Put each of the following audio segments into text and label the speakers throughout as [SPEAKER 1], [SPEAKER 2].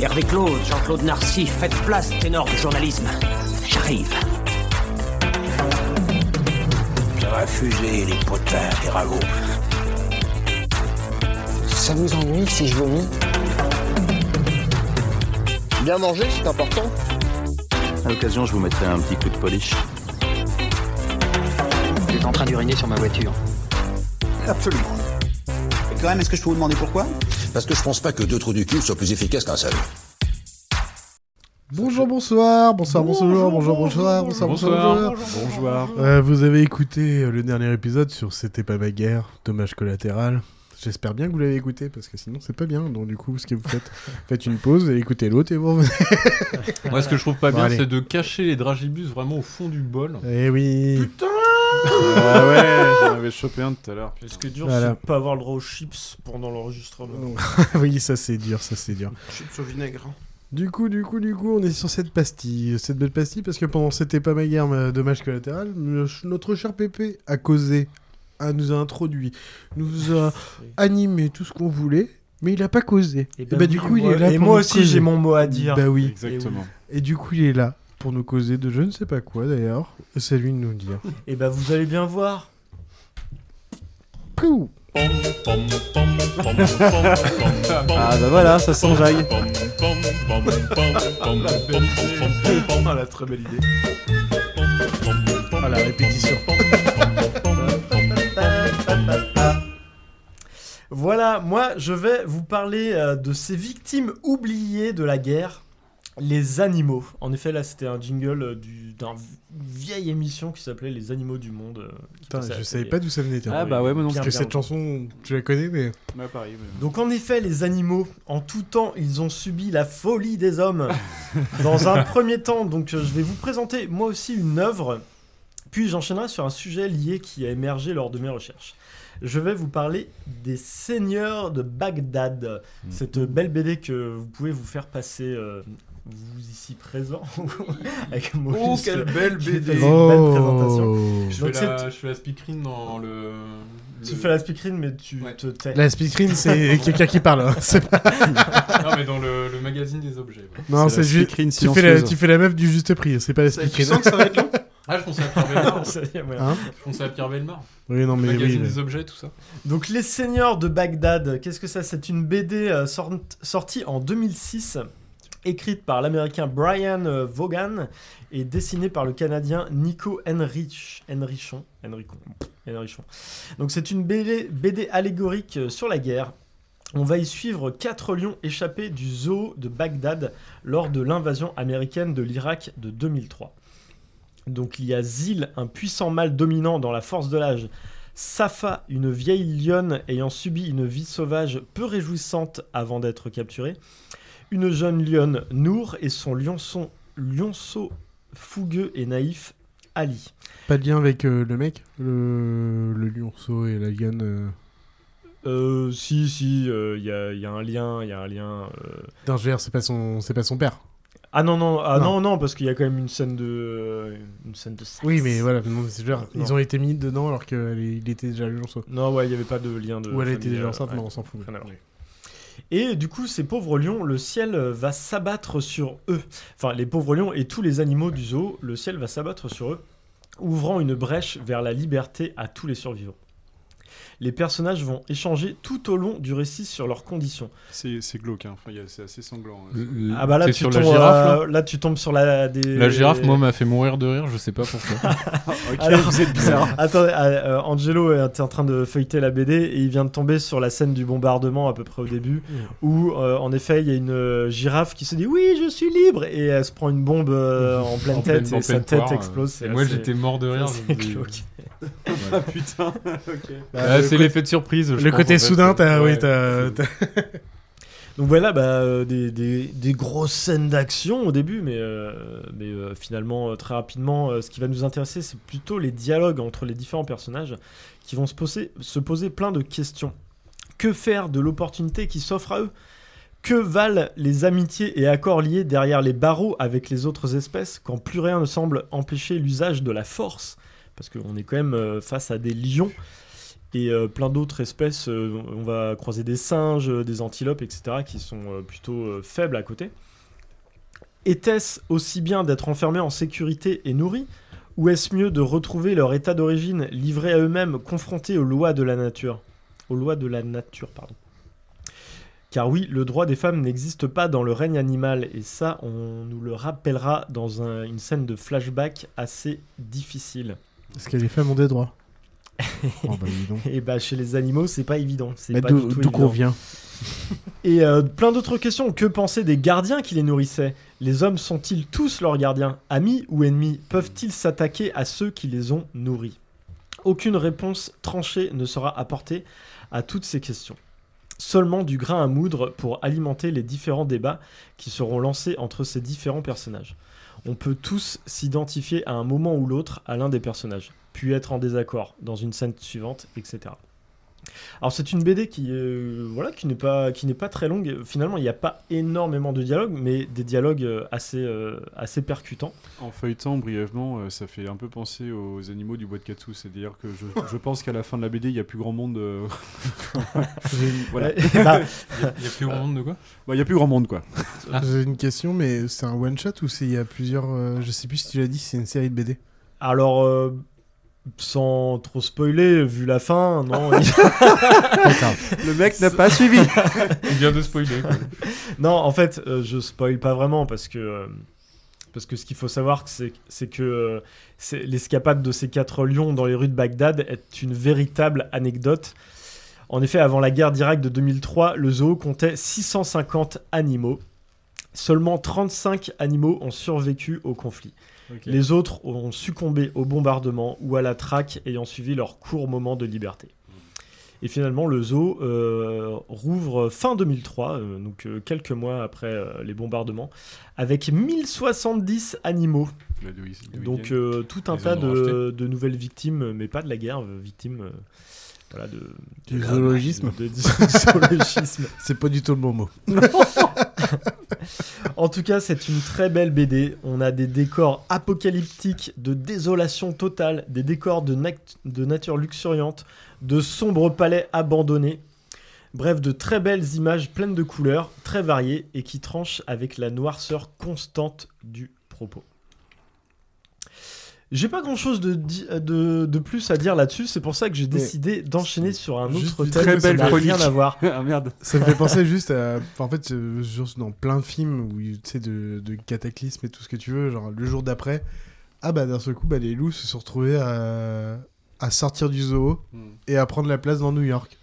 [SPEAKER 1] Hervé Claude, Jean-Claude Narcy, faites place, ténor du journalisme. J'arrive.
[SPEAKER 2] La fusée, les potins, les ragots.
[SPEAKER 3] Ça vous ennuie si je vomis
[SPEAKER 4] Bien manger, c'est important.
[SPEAKER 5] À l'occasion, je vous mettrai un petit coup de polish.
[SPEAKER 3] Vous êtes en train d'uriner sur ma voiture.
[SPEAKER 4] Absolument.
[SPEAKER 6] Et quand même, est-ce que je peux vous demander pourquoi
[SPEAKER 4] Parce que je pense pas que deux trous du cul soient plus efficaces qu'un seul.
[SPEAKER 7] Bonjour, bonsoir, bonsoir, bonsoir, bonjour, bonsoir, bonsoir, bonsoir. Euh, vous avez écouté euh, le dernier épisode sur C'était pas ma guerre, dommage collatéral. J'espère bien que vous l'avez écouté parce que sinon c'est pas bien. Donc du coup, ce que vous faites, faites une pause et écoutez l'autre et vous revenez.
[SPEAKER 8] Moi, ce que je trouve pas
[SPEAKER 7] Bon,
[SPEAKER 8] bien,
[SPEAKER 7] allez.
[SPEAKER 8] c'est de cacher les dragibus vraiment au fond du bol.
[SPEAKER 7] Eh oui.
[SPEAKER 9] Ah ouais, j'en avais chopé un tout à l'heure.
[SPEAKER 10] Ce qui est dur,
[SPEAKER 7] Voilà.
[SPEAKER 10] c'est de pas avoir le droit aux chips pendant l'enregistrement.
[SPEAKER 7] oui, ça c'est dur, ça c'est dur.
[SPEAKER 10] Chips au vinaigre. hein.
[SPEAKER 7] Du coup, du coup, du coup, on est sur cette pastille. Cette belle pastille, parce que pendant C'était pas ma guerre, mais dommage collatéral, le- notre cher Pépé a causé, a, nous a introduit, nous a animé tout ce qu'on voulait, mais il a pas causé.
[SPEAKER 10] Et
[SPEAKER 7] bah, du coup, il est là
[SPEAKER 10] ben Et
[SPEAKER 7] pour
[SPEAKER 10] Eh moi
[SPEAKER 7] nous
[SPEAKER 10] aussi,
[SPEAKER 7] causer.
[SPEAKER 10] j'ai mon mot à dire. Eh
[SPEAKER 7] Bah oui.
[SPEAKER 9] Exactement.
[SPEAKER 7] Et du coup, il est là pour nous causer de je ne sais pas quoi d'ailleurs. Et C'est lui de nous le dire.
[SPEAKER 10] Et bah, vous allez bien voir.
[SPEAKER 7] Pou
[SPEAKER 8] Ah
[SPEAKER 9] bah voilà, ça s'enjaille.
[SPEAKER 10] Ah, la très belle idée.
[SPEAKER 7] la répétition.
[SPEAKER 10] Voilà, moi je vais vous parler euh, de ces victimes oubliées de la guerre, les animaux. En effet, là c'était un jingle euh, du- d'un vieille émission qui s'appelait Les animaux du monde. euh, qui
[SPEAKER 7] Putain,
[SPEAKER 10] passait à
[SPEAKER 7] je
[SPEAKER 10] la
[SPEAKER 7] savais
[SPEAKER 10] télé.
[SPEAKER 7] pas d'où ça venait. tiens.
[SPEAKER 9] Ah bah ouais, moi non
[SPEAKER 10] Bien,
[SPEAKER 7] Parce que
[SPEAKER 10] bien.
[SPEAKER 7] cette chanson, tu la connais, mais.
[SPEAKER 9] Bah pareil. mais-
[SPEAKER 10] Donc en effet, les animaux, en tout temps, ils ont subi la folie des hommes. Dans un premier temps, donc euh, je vais vous présenter moi aussi une œuvre, puis j'enchaînerai sur un sujet lié qui a émergé lors de mes recherches. Je vais vous parler des seigneurs de Bagdad, cette belle BD que vous pouvez vous faire passer euh, vous ici présent avec
[SPEAKER 8] Oh,
[SPEAKER 10] Maurice.
[SPEAKER 9] belle
[SPEAKER 10] qui fait une Oh, belle présentation.
[SPEAKER 7] Oh.
[SPEAKER 8] Je
[SPEAKER 10] Donc,
[SPEAKER 8] fais,
[SPEAKER 10] c'est-
[SPEAKER 8] la, je fais la speakerine dans le.
[SPEAKER 10] Tu
[SPEAKER 8] le-
[SPEAKER 10] fais la speakerine mais tu
[SPEAKER 8] Ouais.
[SPEAKER 10] te tais.
[SPEAKER 7] La speakerine, c'est quelqu'un qui parle. hein. C'est pas-
[SPEAKER 8] Non, mais dans le, le magazine des objets. voilà.
[SPEAKER 7] Non, c'est juste. Tu fais, la, tu fais la meuf du juste prix, c'est pas la speakerine.
[SPEAKER 8] Ah, je pensais à Pierre Bellemare. en fait.
[SPEAKER 10] Ça y est, voilà.
[SPEAKER 7] Hein
[SPEAKER 8] Je pensais à Pierre Bellemare.
[SPEAKER 7] oui, non, mais oui.
[SPEAKER 8] magazine
[SPEAKER 7] mais-
[SPEAKER 8] des objets, tout ça.
[SPEAKER 10] Donc Les Seigneurs de Bagdad, qu'est-ce que c'est C'est une BD euh, sort- sortie en 2006, écrite par l'américain Brian euh, Vaughan et dessinée par le canadien Nico Henrich, Henrichon. Henrichon. Henrichon. Donc c'est une BD, BD allégorique euh, sur la guerre. On va y suivre quatre lions échappés du zoo de Bagdad lors de l'invasion américaine de l'Irak de 2003. Donc il y a Zil, un puissant mâle dominant dans la force de l'âge, Safa, une vieille lionne ayant subi une vie sauvage peu réjouissante avant d'être capturée. Une jeune lionne, Nour, et son lionçon, lionceau fougueux et naïf, Ali.
[SPEAKER 7] Pas de lien avec euh, le mec, le, le lionceau et la lionne. euh.
[SPEAKER 10] Euh, si, si, il y, a, y a un lien, il y a un lien. euh.
[SPEAKER 7] Non, je veux dire, c'est pas son, c'est pas son père.
[SPEAKER 10] Ah non, non, ah
[SPEAKER 7] Non.
[SPEAKER 10] non, non, parce qu'il y a quand même une scène de. euh, une scène de sexe.
[SPEAKER 7] Oui, mais voilà, non, c'est genre,
[SPEAKER 10] Non.
[SPEAKER 7] ils ont été mis dedans alors qu'il était déjà le lionceau.
[SPEAKER 10] Non, ouais, il n'y avait pas de lien de.
[SPEAKER 7] Ou elle était
[SPEAKER 10] famille,
[SPEAKER 7] déjà
[SPEAKER 10] euh,
[SPEAKER 7] enceinte,
[SPEAKER 10] ouais.
[SPEAKER 7] non, on s'en fout.
[SPEAKER 10] Rien à voir. Et du coup, ces pauvres lions, le ciel euh, va s'abattre sur eux. Enfin, les pauvres lions et tous les animaux du zoo, le ciel va s'abattre sur eux, ouvrant une brèche vers la liberté à tous les survivants. Les personnages vont échanger tout au long du récit sur leurs conditions.
[SPEAKER 9] C'est c'est glauque, hein. Enfin, il y a- c'est assez sanglant.
[SPEAKER 7] Mm.
[SPEAKER 9] hein.
[SPEAKER 10] Ah bah là,
[SPEAKER 8] T'es
[SPEAKER 10] tu
[SPEAKER 8] sur
[SPEAKER 10] tombes,
[SPEAKER 8] la girafe.
[SPEAKER 10] euh,
[SPEAKER 8] là
[SPEAKER 10] là. tu tombes sur la des...
[SPEAKER 8] La girafe, moi, m'a fait mourir de rire, je sais pas pourquoi.
[SPEAKER 10] Alors-
[SPEAKER 9] Ah êtes bizarre.
[SPEAKER 10] Attendez, euh, euh, Angelo est en train de feuilleter la BD et il vient de tomber sur la scène du bombardement à peu près au début
[SPEAKER 8] Mm.
[SPEAKER 10] où euh, en effet il y a une euh, girafe qui se dit oui je suis libre et elle se prend une bombe euh, en pleine
[SPEAKER 8] En
[SPEAKER 10] tête
[SPEAKER 8] pleine- en
[SPEAKER 10] et sa
[SPEAKER 8] pleine
[SPEAKER 10] tête
[SPEAKER 8] poire, euh,
[SPEAKER 10] explose.
[SPEAKER 8] Et
[SPEAKER 10] c'est
[SPEAKER 8] moi,
[SPEAKER 10] assez-
[SPEAKER 8] j'étais mort de
[SPEAKER 10] c'est
[SPEAKER 8] rire.
[SPEAKER 10] assez
[SPEAKER 8] je me dis- euh,
[SPEAKER 10] glauque. Bah,
[SPEAKER 9] Ah putain, ok.
[SPEAKER 8] Ah, c'est l'effet de surprise. je
[SPEAKER 7] Le
[SPEAKER 8] pense,
[SPEAKER 7] côté
[SPEAKER 8] en fait.
[SPEAKER 7] soudain, t'as,
[SPEAKER 8] Ouais.
[SPEAKER 7] oui, t'as, t'as-
[SPEAKER 10] Donc voilà, bah, euh, des, des- des grosses scènes d'action au début, mais, euh, mais euh, finalement, euh, très rapidement, euh, ce qui va nous intéresser, c'est plutôt les dialogues entre les différents personnages qui vont se poser, se poser plein de questions. Que faire de l'opportunité qui s'offre à eux Que valent les amitiés et accords liés derrière les barreaux avec les autres espèces quand plus rien ne semble empêcher l'usage de la force Parce qu'on est quand même euh, face à des lions. et euh, plein d'autres espèces. euh, on va croiser des singes, euh, des antilopes, etc., qui sont euh, plutôt euh, faibles à côté. Était-ce aussi bien d'être enfermé en sécurité et nourri, ou est-ce mieux de retrouver leur état d'origine, livrés à eux-mêmes, confrontés aux lois de la nature Aux lois de la nature, pardon. Car oui, le droit des femmes n'existe pas dans le règne animal, et ça, on nous le rappellera dans un- une scène de flashback assez difficile.
[SPEAKER 7] Est-ce que les femmes ont des droits Oh, bah, dis donc.
[SPEAKER 10] Et bah chez les animaux, c'est pas évident. C'est
[SPEAKER 7] Mais
[SPEAKER 10] pas
[SPEAKER 7] d'où
[SPEAKER 10] du tout
[SPEAKER 7] d'où qu'on
[SPEAKER 10] évident.
[SPEAKER 7] vient
[SPEAKER 10] Et euh, plein d'autres questions. Que pensaient des gardiens qui les nourrissaient Les hommes sont-ils tous leurs gardiens Amis ou ennemis Peuvent-ils s'attaquer à ceux qui les ont nourris Aucune réponse tranchée ne sera apportée à toutes ces questions. Seulement du grain à moudre pour alimenter les différents débats qui seront lancés entre ces différents personnages. On peut tous s'identifier à un moment ou l'autre à l'un des personnages, puis être en désaccord dans une scène suivante, etc. Alors c'est une BD qui euh, voilà qui n'est pas qui n'est pas très longue. Finalement, il n'y a pas énormément de dialogues, mais des dialogues euh, assez euh, assez percutants.
[SPEAKER 9] En feuilletant brièvement, euh, ça fait un peu penser aux animaux du bois de Katsu. C'est-à-dire que je, je pense qu'à la fin de la BD, il n'y a plus grand monde. euh, voilà.
[SPEAKER 10] Ouais, bah,
[SPEAKER 9] Il y a-
[SPEAKER 8] Il y a plus grand monde de quoi
[SPEAKER 9] Bah, il n'y a plus grand monde, quoi.
[SPEAKER 7] Ah. J'ai une question, mais c'est un one shot ou c'est il y a plusieurs. euh, je sais plus si tu l'as dit, c'est une série de BD.
[SPEAKER 10] Alors euh, sans trop spoiler, vu la fin, non.
[SPEAKER 9] Le mec n'a pas suivi.
[SPEAKER 8] Il vient de spoiler. quoi.
[SPEAKER 10] Non, en fait, euh, je spoil pas vraiment parce que euh, parce que ce qu'il faut savoir, c'est c'est que euh, c'est- l'escapade de ces quatre lions dans les rues de Bagdad est une véritable anecdote. En effet, avant la guerre d'Irak de 2003, le zoo comptait 650 animaux. Seulement 35 animaux ont survécu au conflit. Les autres ont succombé au bombardement ou à la traque ayant suivi leur court moment de liberté. Et finalement, le zoo euh, rouvre fin 2003, euh, donc euh, quelques mois après euh, les bombardements, avec 1070 animaux.
[SPEAKER 9] Bah, d'où ils- d'où ils
[SPEAKER 10] Donc
[SPEAKER 9] viennent.
[SPEAKER 10] euh, tout un
[SPEAKER 8] Ils en
[SPEAKER 10] tas
[SPEAKER 8] ont
[SPEAKER 10] de, de nouvelles victimes, mais pas de la guerre, euh, victimes euh, voilà, de,
[SPEAKER 7] Du zoologisme.
[SPEAKER 10] de- du zoologisme.
[SPEAKER 7] C'est pas du tout le bon mot.
[SPEAKER 10] En tout cas, c'est une très belle BD. On a des décors apocalyptiques, de désolation totale, des décors de, nac- de nature luxuriante, de sombres palais abandonnés. Bref, de très belles images pleines de couleurs, très variées et qui tranchent avec la noirceur constante du propos. J'ai pas grand chose de, di- de, de plus à dire là-dessus, c'est pour ça que j'ai décidé d'enchaîner sur un
[SPEAKER 7] Juste
[SPEAKER 10] autre
[SPEAKER 7] une
[SPEAKER 10] thème
[SPEAKER 7] très
[SPEAKER 10] qui
[SPEAKER 7] belle
[SPEAKER 10] n'a rien
[SPEAKER 9] chronique.
[SPEAKER 10] à voir.
[SPEAKER 9] ah merde.
[SPEAKER 7] Ça me fait penser juste à. enfin, en fait, euh, genre, dans plein de films où tu sais, de, de cataclysme et tout ce que tu veux, genre le jour d'après, ah bah d'un seul coup, bah, les loups se sont retrouvés à, à sortir du zoo
[SPEAKER 9] Hmm.
[SPEAKER 7] et à prendre la place dans New York.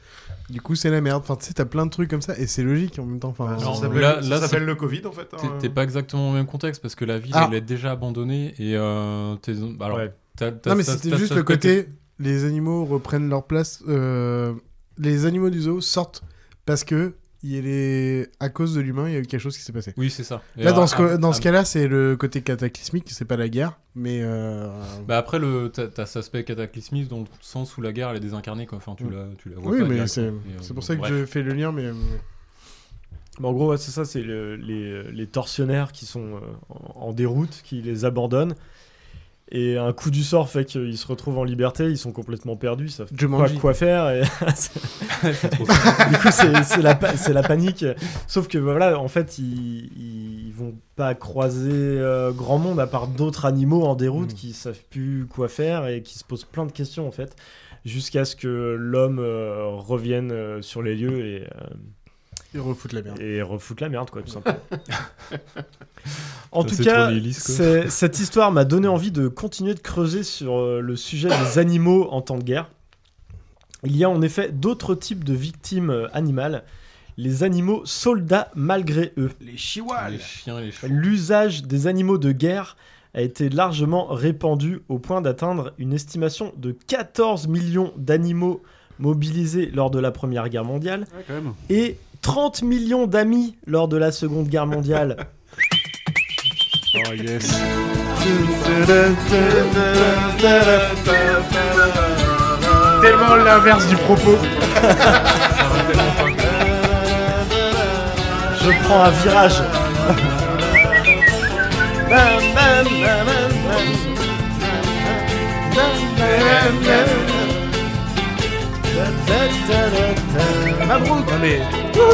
[SPEAKER 7] Du coup, c'est la merde. Enfin, tu sais, t'as plein de trucs comme ça et c'est logique en même temps. Enfin,
[SPEAKER 8] Alors,
[SPEAKER 7] ça
[SPEAKER 8] Bah, là-
[SPEAKER 7] s'appelle-
[SPEAKER 8] là,
[SPEAKER 11] ça
[SPEAKER 8] c'est-
[SPEAKER 11] s'appelle le Covid en fait. hein.
[SPEAKER 8] T'es- T'es pas exactement dans le même contexte parce que la ville
[SPEAKER 7] Ah.
[SPEAKER 8] elle est déjà abandonnée et euh, t'es- alors
[SPEAKER 10] Ouais.
[SPEAKER 8] t'as- t'as-
[SPEAKER 7] Non, mais
[SPEAKER 8] t'as-
[SPEAKER 7] c'était
[SPEAKER 8] t'as
[SPEAKER 7] juste
[SPEAKER 8] ce
[SPEAKER 7] le côté les animaux reprennent leur place. euh, les animaux du zoo sortent parce que il y a les... à cause de l'humain, il y a eu quelque chose qui s'est passé.
[SPEAKER 8] Oui c'est ça. Et
[SPEAKER 7] Là, dans
[SPEAKER 8] alors,
[SPEAKER 7] ce,
[SPEAKER 8] ah,
[SPEAKER 7] co- dans
[SPEAKER 8] ah,
[SPEAKER 7] ce cas-là, c'est le côté cataclysmique, c'est pas la guerre, mais. euh,
[SPEAKER 8] Bah après, le, t'as, t'as cet aspect cataclysmique dans le sens où la guerre elle est désincarnée, quoi. Enfin, tu
[SPEAKER 7] Mm.
[SPEAKER 8] la, tu la vois
[SPEAKER 7] oui,
[SPEAKER 8] pas
[SPEAKER 7] mais
[SPEAKER 8] direct,
[SPEAKER 7] c'est
[SPEAKER 8] quoi. Et, euh,
[SPEAKER 7] c'est pour ça que
[SPEAKER 8] bref.
[SPEAKER 7] je fais le lien, mais. euh,
[SPEAKER 10] Mais en gros, ouais, c'est ça, c'est le- les, les tortionnaires qui sont euh, en, en déroute, qui les abandonnent. Et un coup du sort fait qu'ils se retrouvent en liberté, ils sont complètement perdus, ils savent pas
[SPEAKER 7] Jumanji.
[SPEAKER 10] quoi faire. Et du coup, c'est c'est la, pa- c'est la panique. Sauf que bah, voilà, en fait, ils, ils vont pas croiser euh, grand monde à part d'autres animaux en déroute
[SPEAKER 7] Mm.
[SPEAKER 10] qui savent plus quoi faire et qui se posent plein de questions en fait, jusqu'à ce que l'homme euh, revienne euh, sur les lieux et. euh,
[SPEAKER 7] Ils refoutent la merde.
[SPEAKER 10] et refoutent la merde, quoi, tout simplement. en
[SPEAKER 8] Ça,
[SPEAKER 10] tout
[SPEAKER 8] c'est
[SPEAKER 10] cas,
[SPEAKER 8] trop nihiliste, quoi.
[SPEAKER 10] c'est- cette histoire m'a donné envie de continuer de creuser sur euh, le sujet des animaux en temps de guerre. Il y a en effet d'autres types de victimes euh, animales. Les animaux soldats malgré eux.
[SPEAKER 11] Les chihuahuas.
[SPEAKER 8] Les chiens, les chats.
[SPEAKER 10] L'usage des animaux de guerre a été largement répandu au point d'atteindre une estimation de 14 millions d'animaux mobilisés lors de la Première Guerre mondiale
[SPEAKER 9] Ouais, quand même.
[SPEAKER 10] et 30 millions d'amis lors de la Seconde Guerre mondiale.
[SPEAKER 9] Oh yes.
[SPEAKER 7] Tellement l'inverse du propos.
[SPEAKER 10] Je prends un virage. Mabrouk
[SPEAKER 7] Non mais,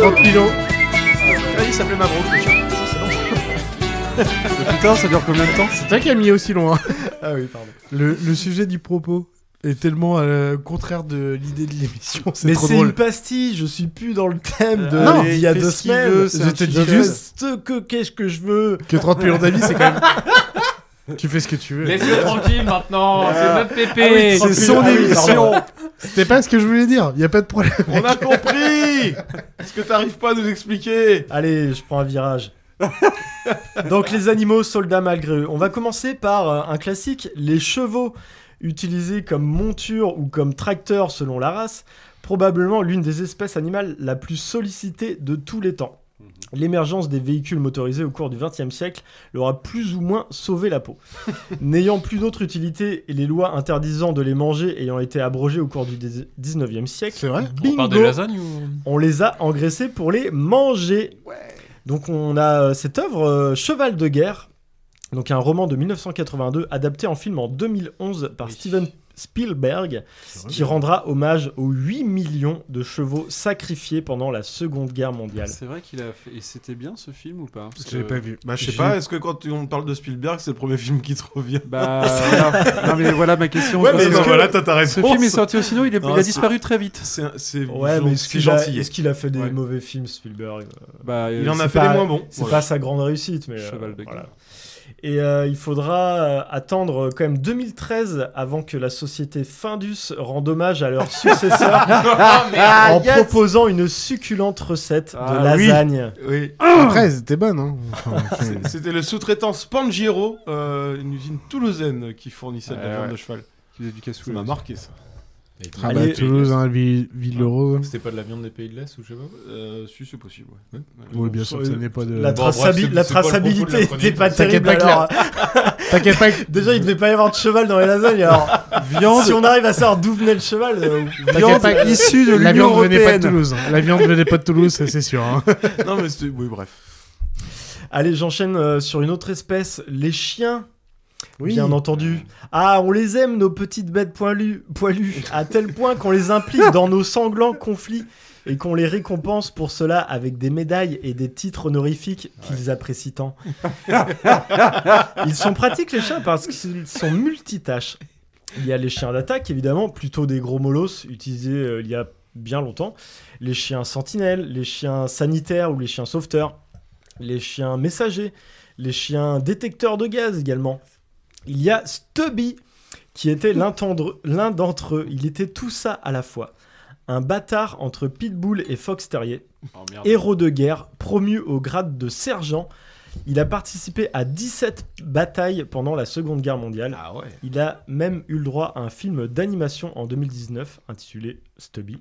[SPEAKER 7] 30 kilos
[SPEAKER 10] Ah, Il s'appelait Mabrouk, le chien. Ça, c'est long.
[SPEAKER 9] Putain, ça dure combien de temps
[SPEAKER 7] C'est toi qui as mis aussi loin
[SPEAKER 10] Ah oui, pardon.
[SPEAKER 7] Le, le sujet du propos est tellement euh, contraire de l'idée de l'émission, c'est
[SPEAKER 10] Mais
[SPEAKER 7] trop
[SPEAKER 10] c'est une
[SPEAKER 7] drôle.
[SPEAKER 10] pastille, je suis plus dans le thème de
[SPEAKER 7] Non,
[SPEAKER 10] il y a
[SPEAKER 9] il fait
[SPEAKER 10] deux
[SPEAKER 9] ce qu'il
[SPEAKER 10] semaines.
[SPEAKER 9] veut, c'est
[SPEAKER 7] un
[SPEAKER 10] je te dis
[SPEAKER 7] petit
[SPEAKER 10] juste que qu'est-ce que je veux.
[SPEAKER 7] Que 30 millions d'avis, c'est quand même... tu fais ce que tu veux.
[SPEAKER 8] Laisse-le tranquille maintenant, c'est notre
[SPEAKER 7] Ah oui,
[SPEAKER 8] pépé.
[SPEAKER 7] c'est son
[SPEAKER 10] Ah oui,
[SPEAKER 7] émission C'était pas ce que je voulais dire, y a pas de problème.
[SPEAKER 10] On a compris
[SPEAKER 9] Est-ce que t'arrives pas à nous expliquer
[SPEAKER 10] Allez, je prends un virage. Donc les animaux soldats malgré eux. On va commencer par euh, un classique, les chevaux, utilisés comme monture ou comme tracteur selon la race, probablement l'une des espèces animales la plus sollicitée de tous les temps.
[SPEAKER 9] Mhm.
[SPEAKER 10] L'émergence des véhicules motorisés au cours du XXe siècle leur a plus ou moins sauvé la peau. N'ayant plus d'autre utilité et les lois interdisant de les manger ayant été abrogées au cours du XIXe siècle,
[SPEAKER 7] C'est vrai
[SPEAKER 8] On parle des
[SPEAKER 10] bingo,
[SPEAKER 8] lasagnes ou
[SPEAKER 10] on les a engraissés pour les manger. Donc on a euh, cette œuvre euh, Cheval de guerre, donc un roman de 1982 adapté en film en 2011 par Steven Spielberg, qui rendra hommage aux 8 millions de chevaux sacrifiés pendant la Seconde Guerre mondiale.
[SPEAKER 9] C'est vrai qu'il a fait. Et c'était bien ce film ou pas Parce
[SPEAKER 7] Je l'ai
[SPEAKER 9] que-
[SPEAKER 7] pas vu.
[SPEAKER 11] Bah, je sais
[SPEAKER 9] J'ai-
[SPEAKER 11] pas, est-ce que quand tu- on parle de Spielberg, c'est le premier film qui te revient
[SPEAKER 9] Bah voilà. Non mais voilà ma question.
[SPEAKER 11] Ouais,
[SPEAKER 9] Parce
[SPEAKER 11] mais
[SPEAKER 9] que
[SPEAKER 11] bah, voilà, t'as ta
[SPEAKER 9] Ce
[SPEAKER 11] réponse.
[SPEAKER 9] film est sorti au cinéma, il, est-
[SPEAKER 11] Non,
[SPEAKER 9] il a
[SPEAKER 11] c'est-
[SPEAKER 9] disparu très vite.
[SPEAKER 11] C'est c'est
[SPEAKER 10] Ouais,
[SPEAKER 11] gen-
[SPEAKER 10] mais
[SPEAKER 11] c'est
[SPEAKER 10] est-ce qu'il a,
[SPEAKER 11] gentil.
[SPEAKER 10] est-ce qu'il a fait des
[SPEAKER 9] Ouais.
[SPEAKER 10] mauvais films, Spielberg
[SPEAKER 9] Bah, euh,
[SPEAKER 11] Il en a
[SPEAKER 10] c'est
[SPEAKER 11] fait
[SPEAKER 10] pas-
[SPEAKER 11] des moins bons.
[SPEAKER 10] C'est
[SPEAKER 11] Voilà.
[SPEAKER 10] pas sa grande réussite, mais. euh,
[SPEAKER 9] Cheval de guerre.
[SPEAKER 10] Et euh, il faudra euh, attendre euh, quand même 2013 avant que la société Findus rende hommage à leur successeur
[SPEAKER 9] Oh,
[SPEAKER 10] en proposant une succulente recette de
[SPEAKER 9] Ah, oui.
[SPEAKER 8] Euh,
[SPEAKER 10] lasagne.
[SPEAKER 11] Oui.
[SPEAKER 9] Ah
[SPEAKER 7] Après, c'était bonne, hein. Enfin, c'est-
[SPEAKER 11] C'est- C'était le sous-traitant Spangiro, euh, une usine toulousaine qui fournissait de la
[SPEAKER 9] Ouais,
[SPEAKER 11] viande
[SPEAKER 9] ouais.
[SPEAKER 11] de cheval.
[SPEAKER 9] qui faisait du
[SPEAKER 11] Ça
[SPEAKER 9] cassoulet.
[SPEAKER 11] m'a marqué ça.
[SPEAKER 7] Ah
[SPEAKER 10] Allez.
[SPEAKER 7] bah, Toulouse, hein, ville, hein. ville de rose.
[SPEAKER 8] C'était pas de la viande des pays de l'Est ou je sais pas quoi
[SPEAKER 11] Euh, si c'est possible. Ouais. Ouais.
[SPEAKER 7] Oui, bien sûr, que ça n'est pas de...
[SPEAKER 10] La,
[SPEAKER 8] Bon, bref,
[SPEAKER 10] traçabi-
[SPEAKER 8] c'est- c'est pas le
[SPEAKER 10] la
[SPEAKER 8] propos de la
[SPEAKER 10] traçabilité
[SPEAKER 8] chronique.
[SPEAKER 10] était pas
[SPEAKER 7] T'inquiète
[SPEAKER 10] terrible.
[SPEAKER 7] pas, Claire.
[SPEAKER 10] alors, euh,
[SPEAKER 7] T'inquiète pas, que-
[SPEAKER 10] déjà, il devait pas y avoir de cheval dans les lasagnes. Alors, si on arrive à savoir d'où venait le cheval, euh,
[SPEAKER 7] t'inquiète pas que-
[SPEAKER 9] issu
[SPEAKER 7] la viande venait pas de Toulouse. hein. La viande venait pas de Toulouse, ça, c'est sûr. hein.
[SPEAKER 11] Non, mais c'était. Oui, bref.
[SPEAKER 10] Allez, j'enchaîne euh, sur une autre espèce, les chiens. Bien entendu. Ah, on les aime, nos petites bêtes poilues, poilues à tel point qu'on les implique dans nos sanglants conflits et qu'on les récompense pour cela avec des médailles et des titres honorifiques qu'ils apprécient tant. Ils sont pratiques, les chiens, parce qu'ils sont multitâches. Il y a les chiens d'attaque, évidemment, plutôt des gros molosses utilisés euh, il y a bien longtemps, les chiens sentinelles, les chiens sanitaires ou les chiens sauveteurs, les chiens messagers, les chiens détecteurs de gaz également. Il y a Stubby, qui était l'un tendre- l'un d'entre eux. Il était tout ça à la fois. Un bâtard entre Pitbull et Fox Terrier
[SPEAKER 9] Oh, merde.
[SPEAKER 10] héros de guerre, promu au grade de sergent. Il a participé à 17 batailles pendant la Seconde Guerre mondiale.
[SPEAKER 11] Ah ouais.
[SPEAKER 10] Il a même eu le droit à un film d'animation en 2019 intitulé Stubby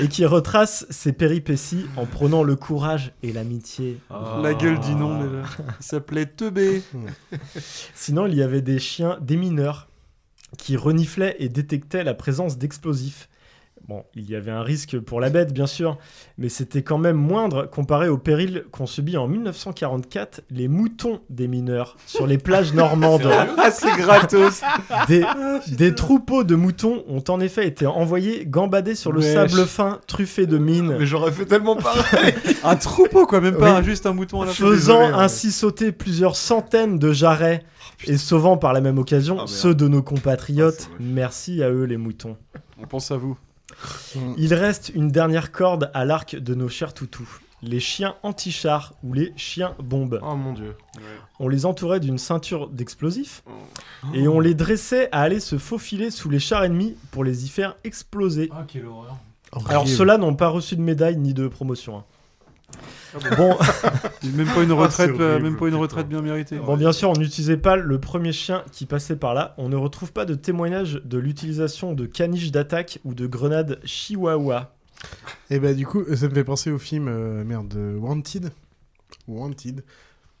[SPEAKER 10] et qui retrace ses péripéties en prenant le courage et l'amitié.
[SPEAKER 9] La gueule dit non déjà. Il s'appelait Teubé.
[SPEAKER 10] Sinon, il y avait des chiens, des mineurs, qui reniflaient et détectaient la présence d'explosifs. Bon, il y avait un risque pour la bête, bien sûr, mais c'était quand même moindre comparé au péril qu'ont subi en 1944 les moutons des mineurs sur les plages normandes.
[SPEAKER 9] Ah, c'est Ah, gratos.
[SPEAKER 10] Des, des troupeaux de moutons ont en effet été envoyés gambader sur le
[SPEAKER 9] Wesh.
[SPEAKER 10] sable fin truffé de mines.
[SPEAKER 11] Mais j'aurais fait tellement pareil.
[SPEAKER 9] Un troupeau quoi, même
[SPEAKER 10] Oui.
[SPEAKER 9] pas un- juste un mouton à la fin. hein.
[SPEAKER 10] faisant
[SPEAKER 11] hein.
[SPEAKER 10] ainsi sauter plusieurs centaines de jarrets et sauvant par la même occasion
[SPEAKER 11] Oh, Ah, merde.
[SPEAKER 10] ceux de nos compatriotes.
[SPEAKER 11] Ah, c'est moche.
[SPEAKER 10] Merci à eux les moutons.
[SPEAKER 9] On pense à vous.
[SPEAKER 11] Mm.
[SPEAKER 10] Il reste une dernière corde à l'arc de nos chers toutous. Les chiens anti-chars ou les chiens bombes.
[SPEAKER 11] Oh mon dieu.
[SPEAKER 10] On les entourait d'une ceinture d'explosifs
[SPEAKER 11] Oh.
[SPEAKER 10] et on les dressait à aller se faufiler sous les chars ennemis pour les y faire
[SPEAKER 11] Oh,
[SPEAKER 10] exploser.
[SPEAKER 8] Ah, quelle horreur.
[SPEAKER 10] Alors
[SPEAKER 7] Horrible.
[SPEAKER 10] ceux-là n'ont pas reçu de médaille ni de promotion. hein. Bon,
[SPEAKER 9] Même pas une retraite,
[SPEAKER 11] Ah, c'est
[SPEAKER 9] euh,
[SPEAKER 11] horrible,
[SPEAKER 9] même pas une
[SPEAKER 11] putain.
[SPEAKER 9] retraite bien méritée.
[SPEAKER 10] Bon, bien sûr, on n'utilisait pas le premier chien qui passait par là. On ne retrouve pas de témoignage de l'utilisation de caniches d'attaque ou de grenades chihuahua.
[SPEAKER 7] Et bah du coup, ça me fait penser au film, euh, merde, euh, Wanted. Wanted.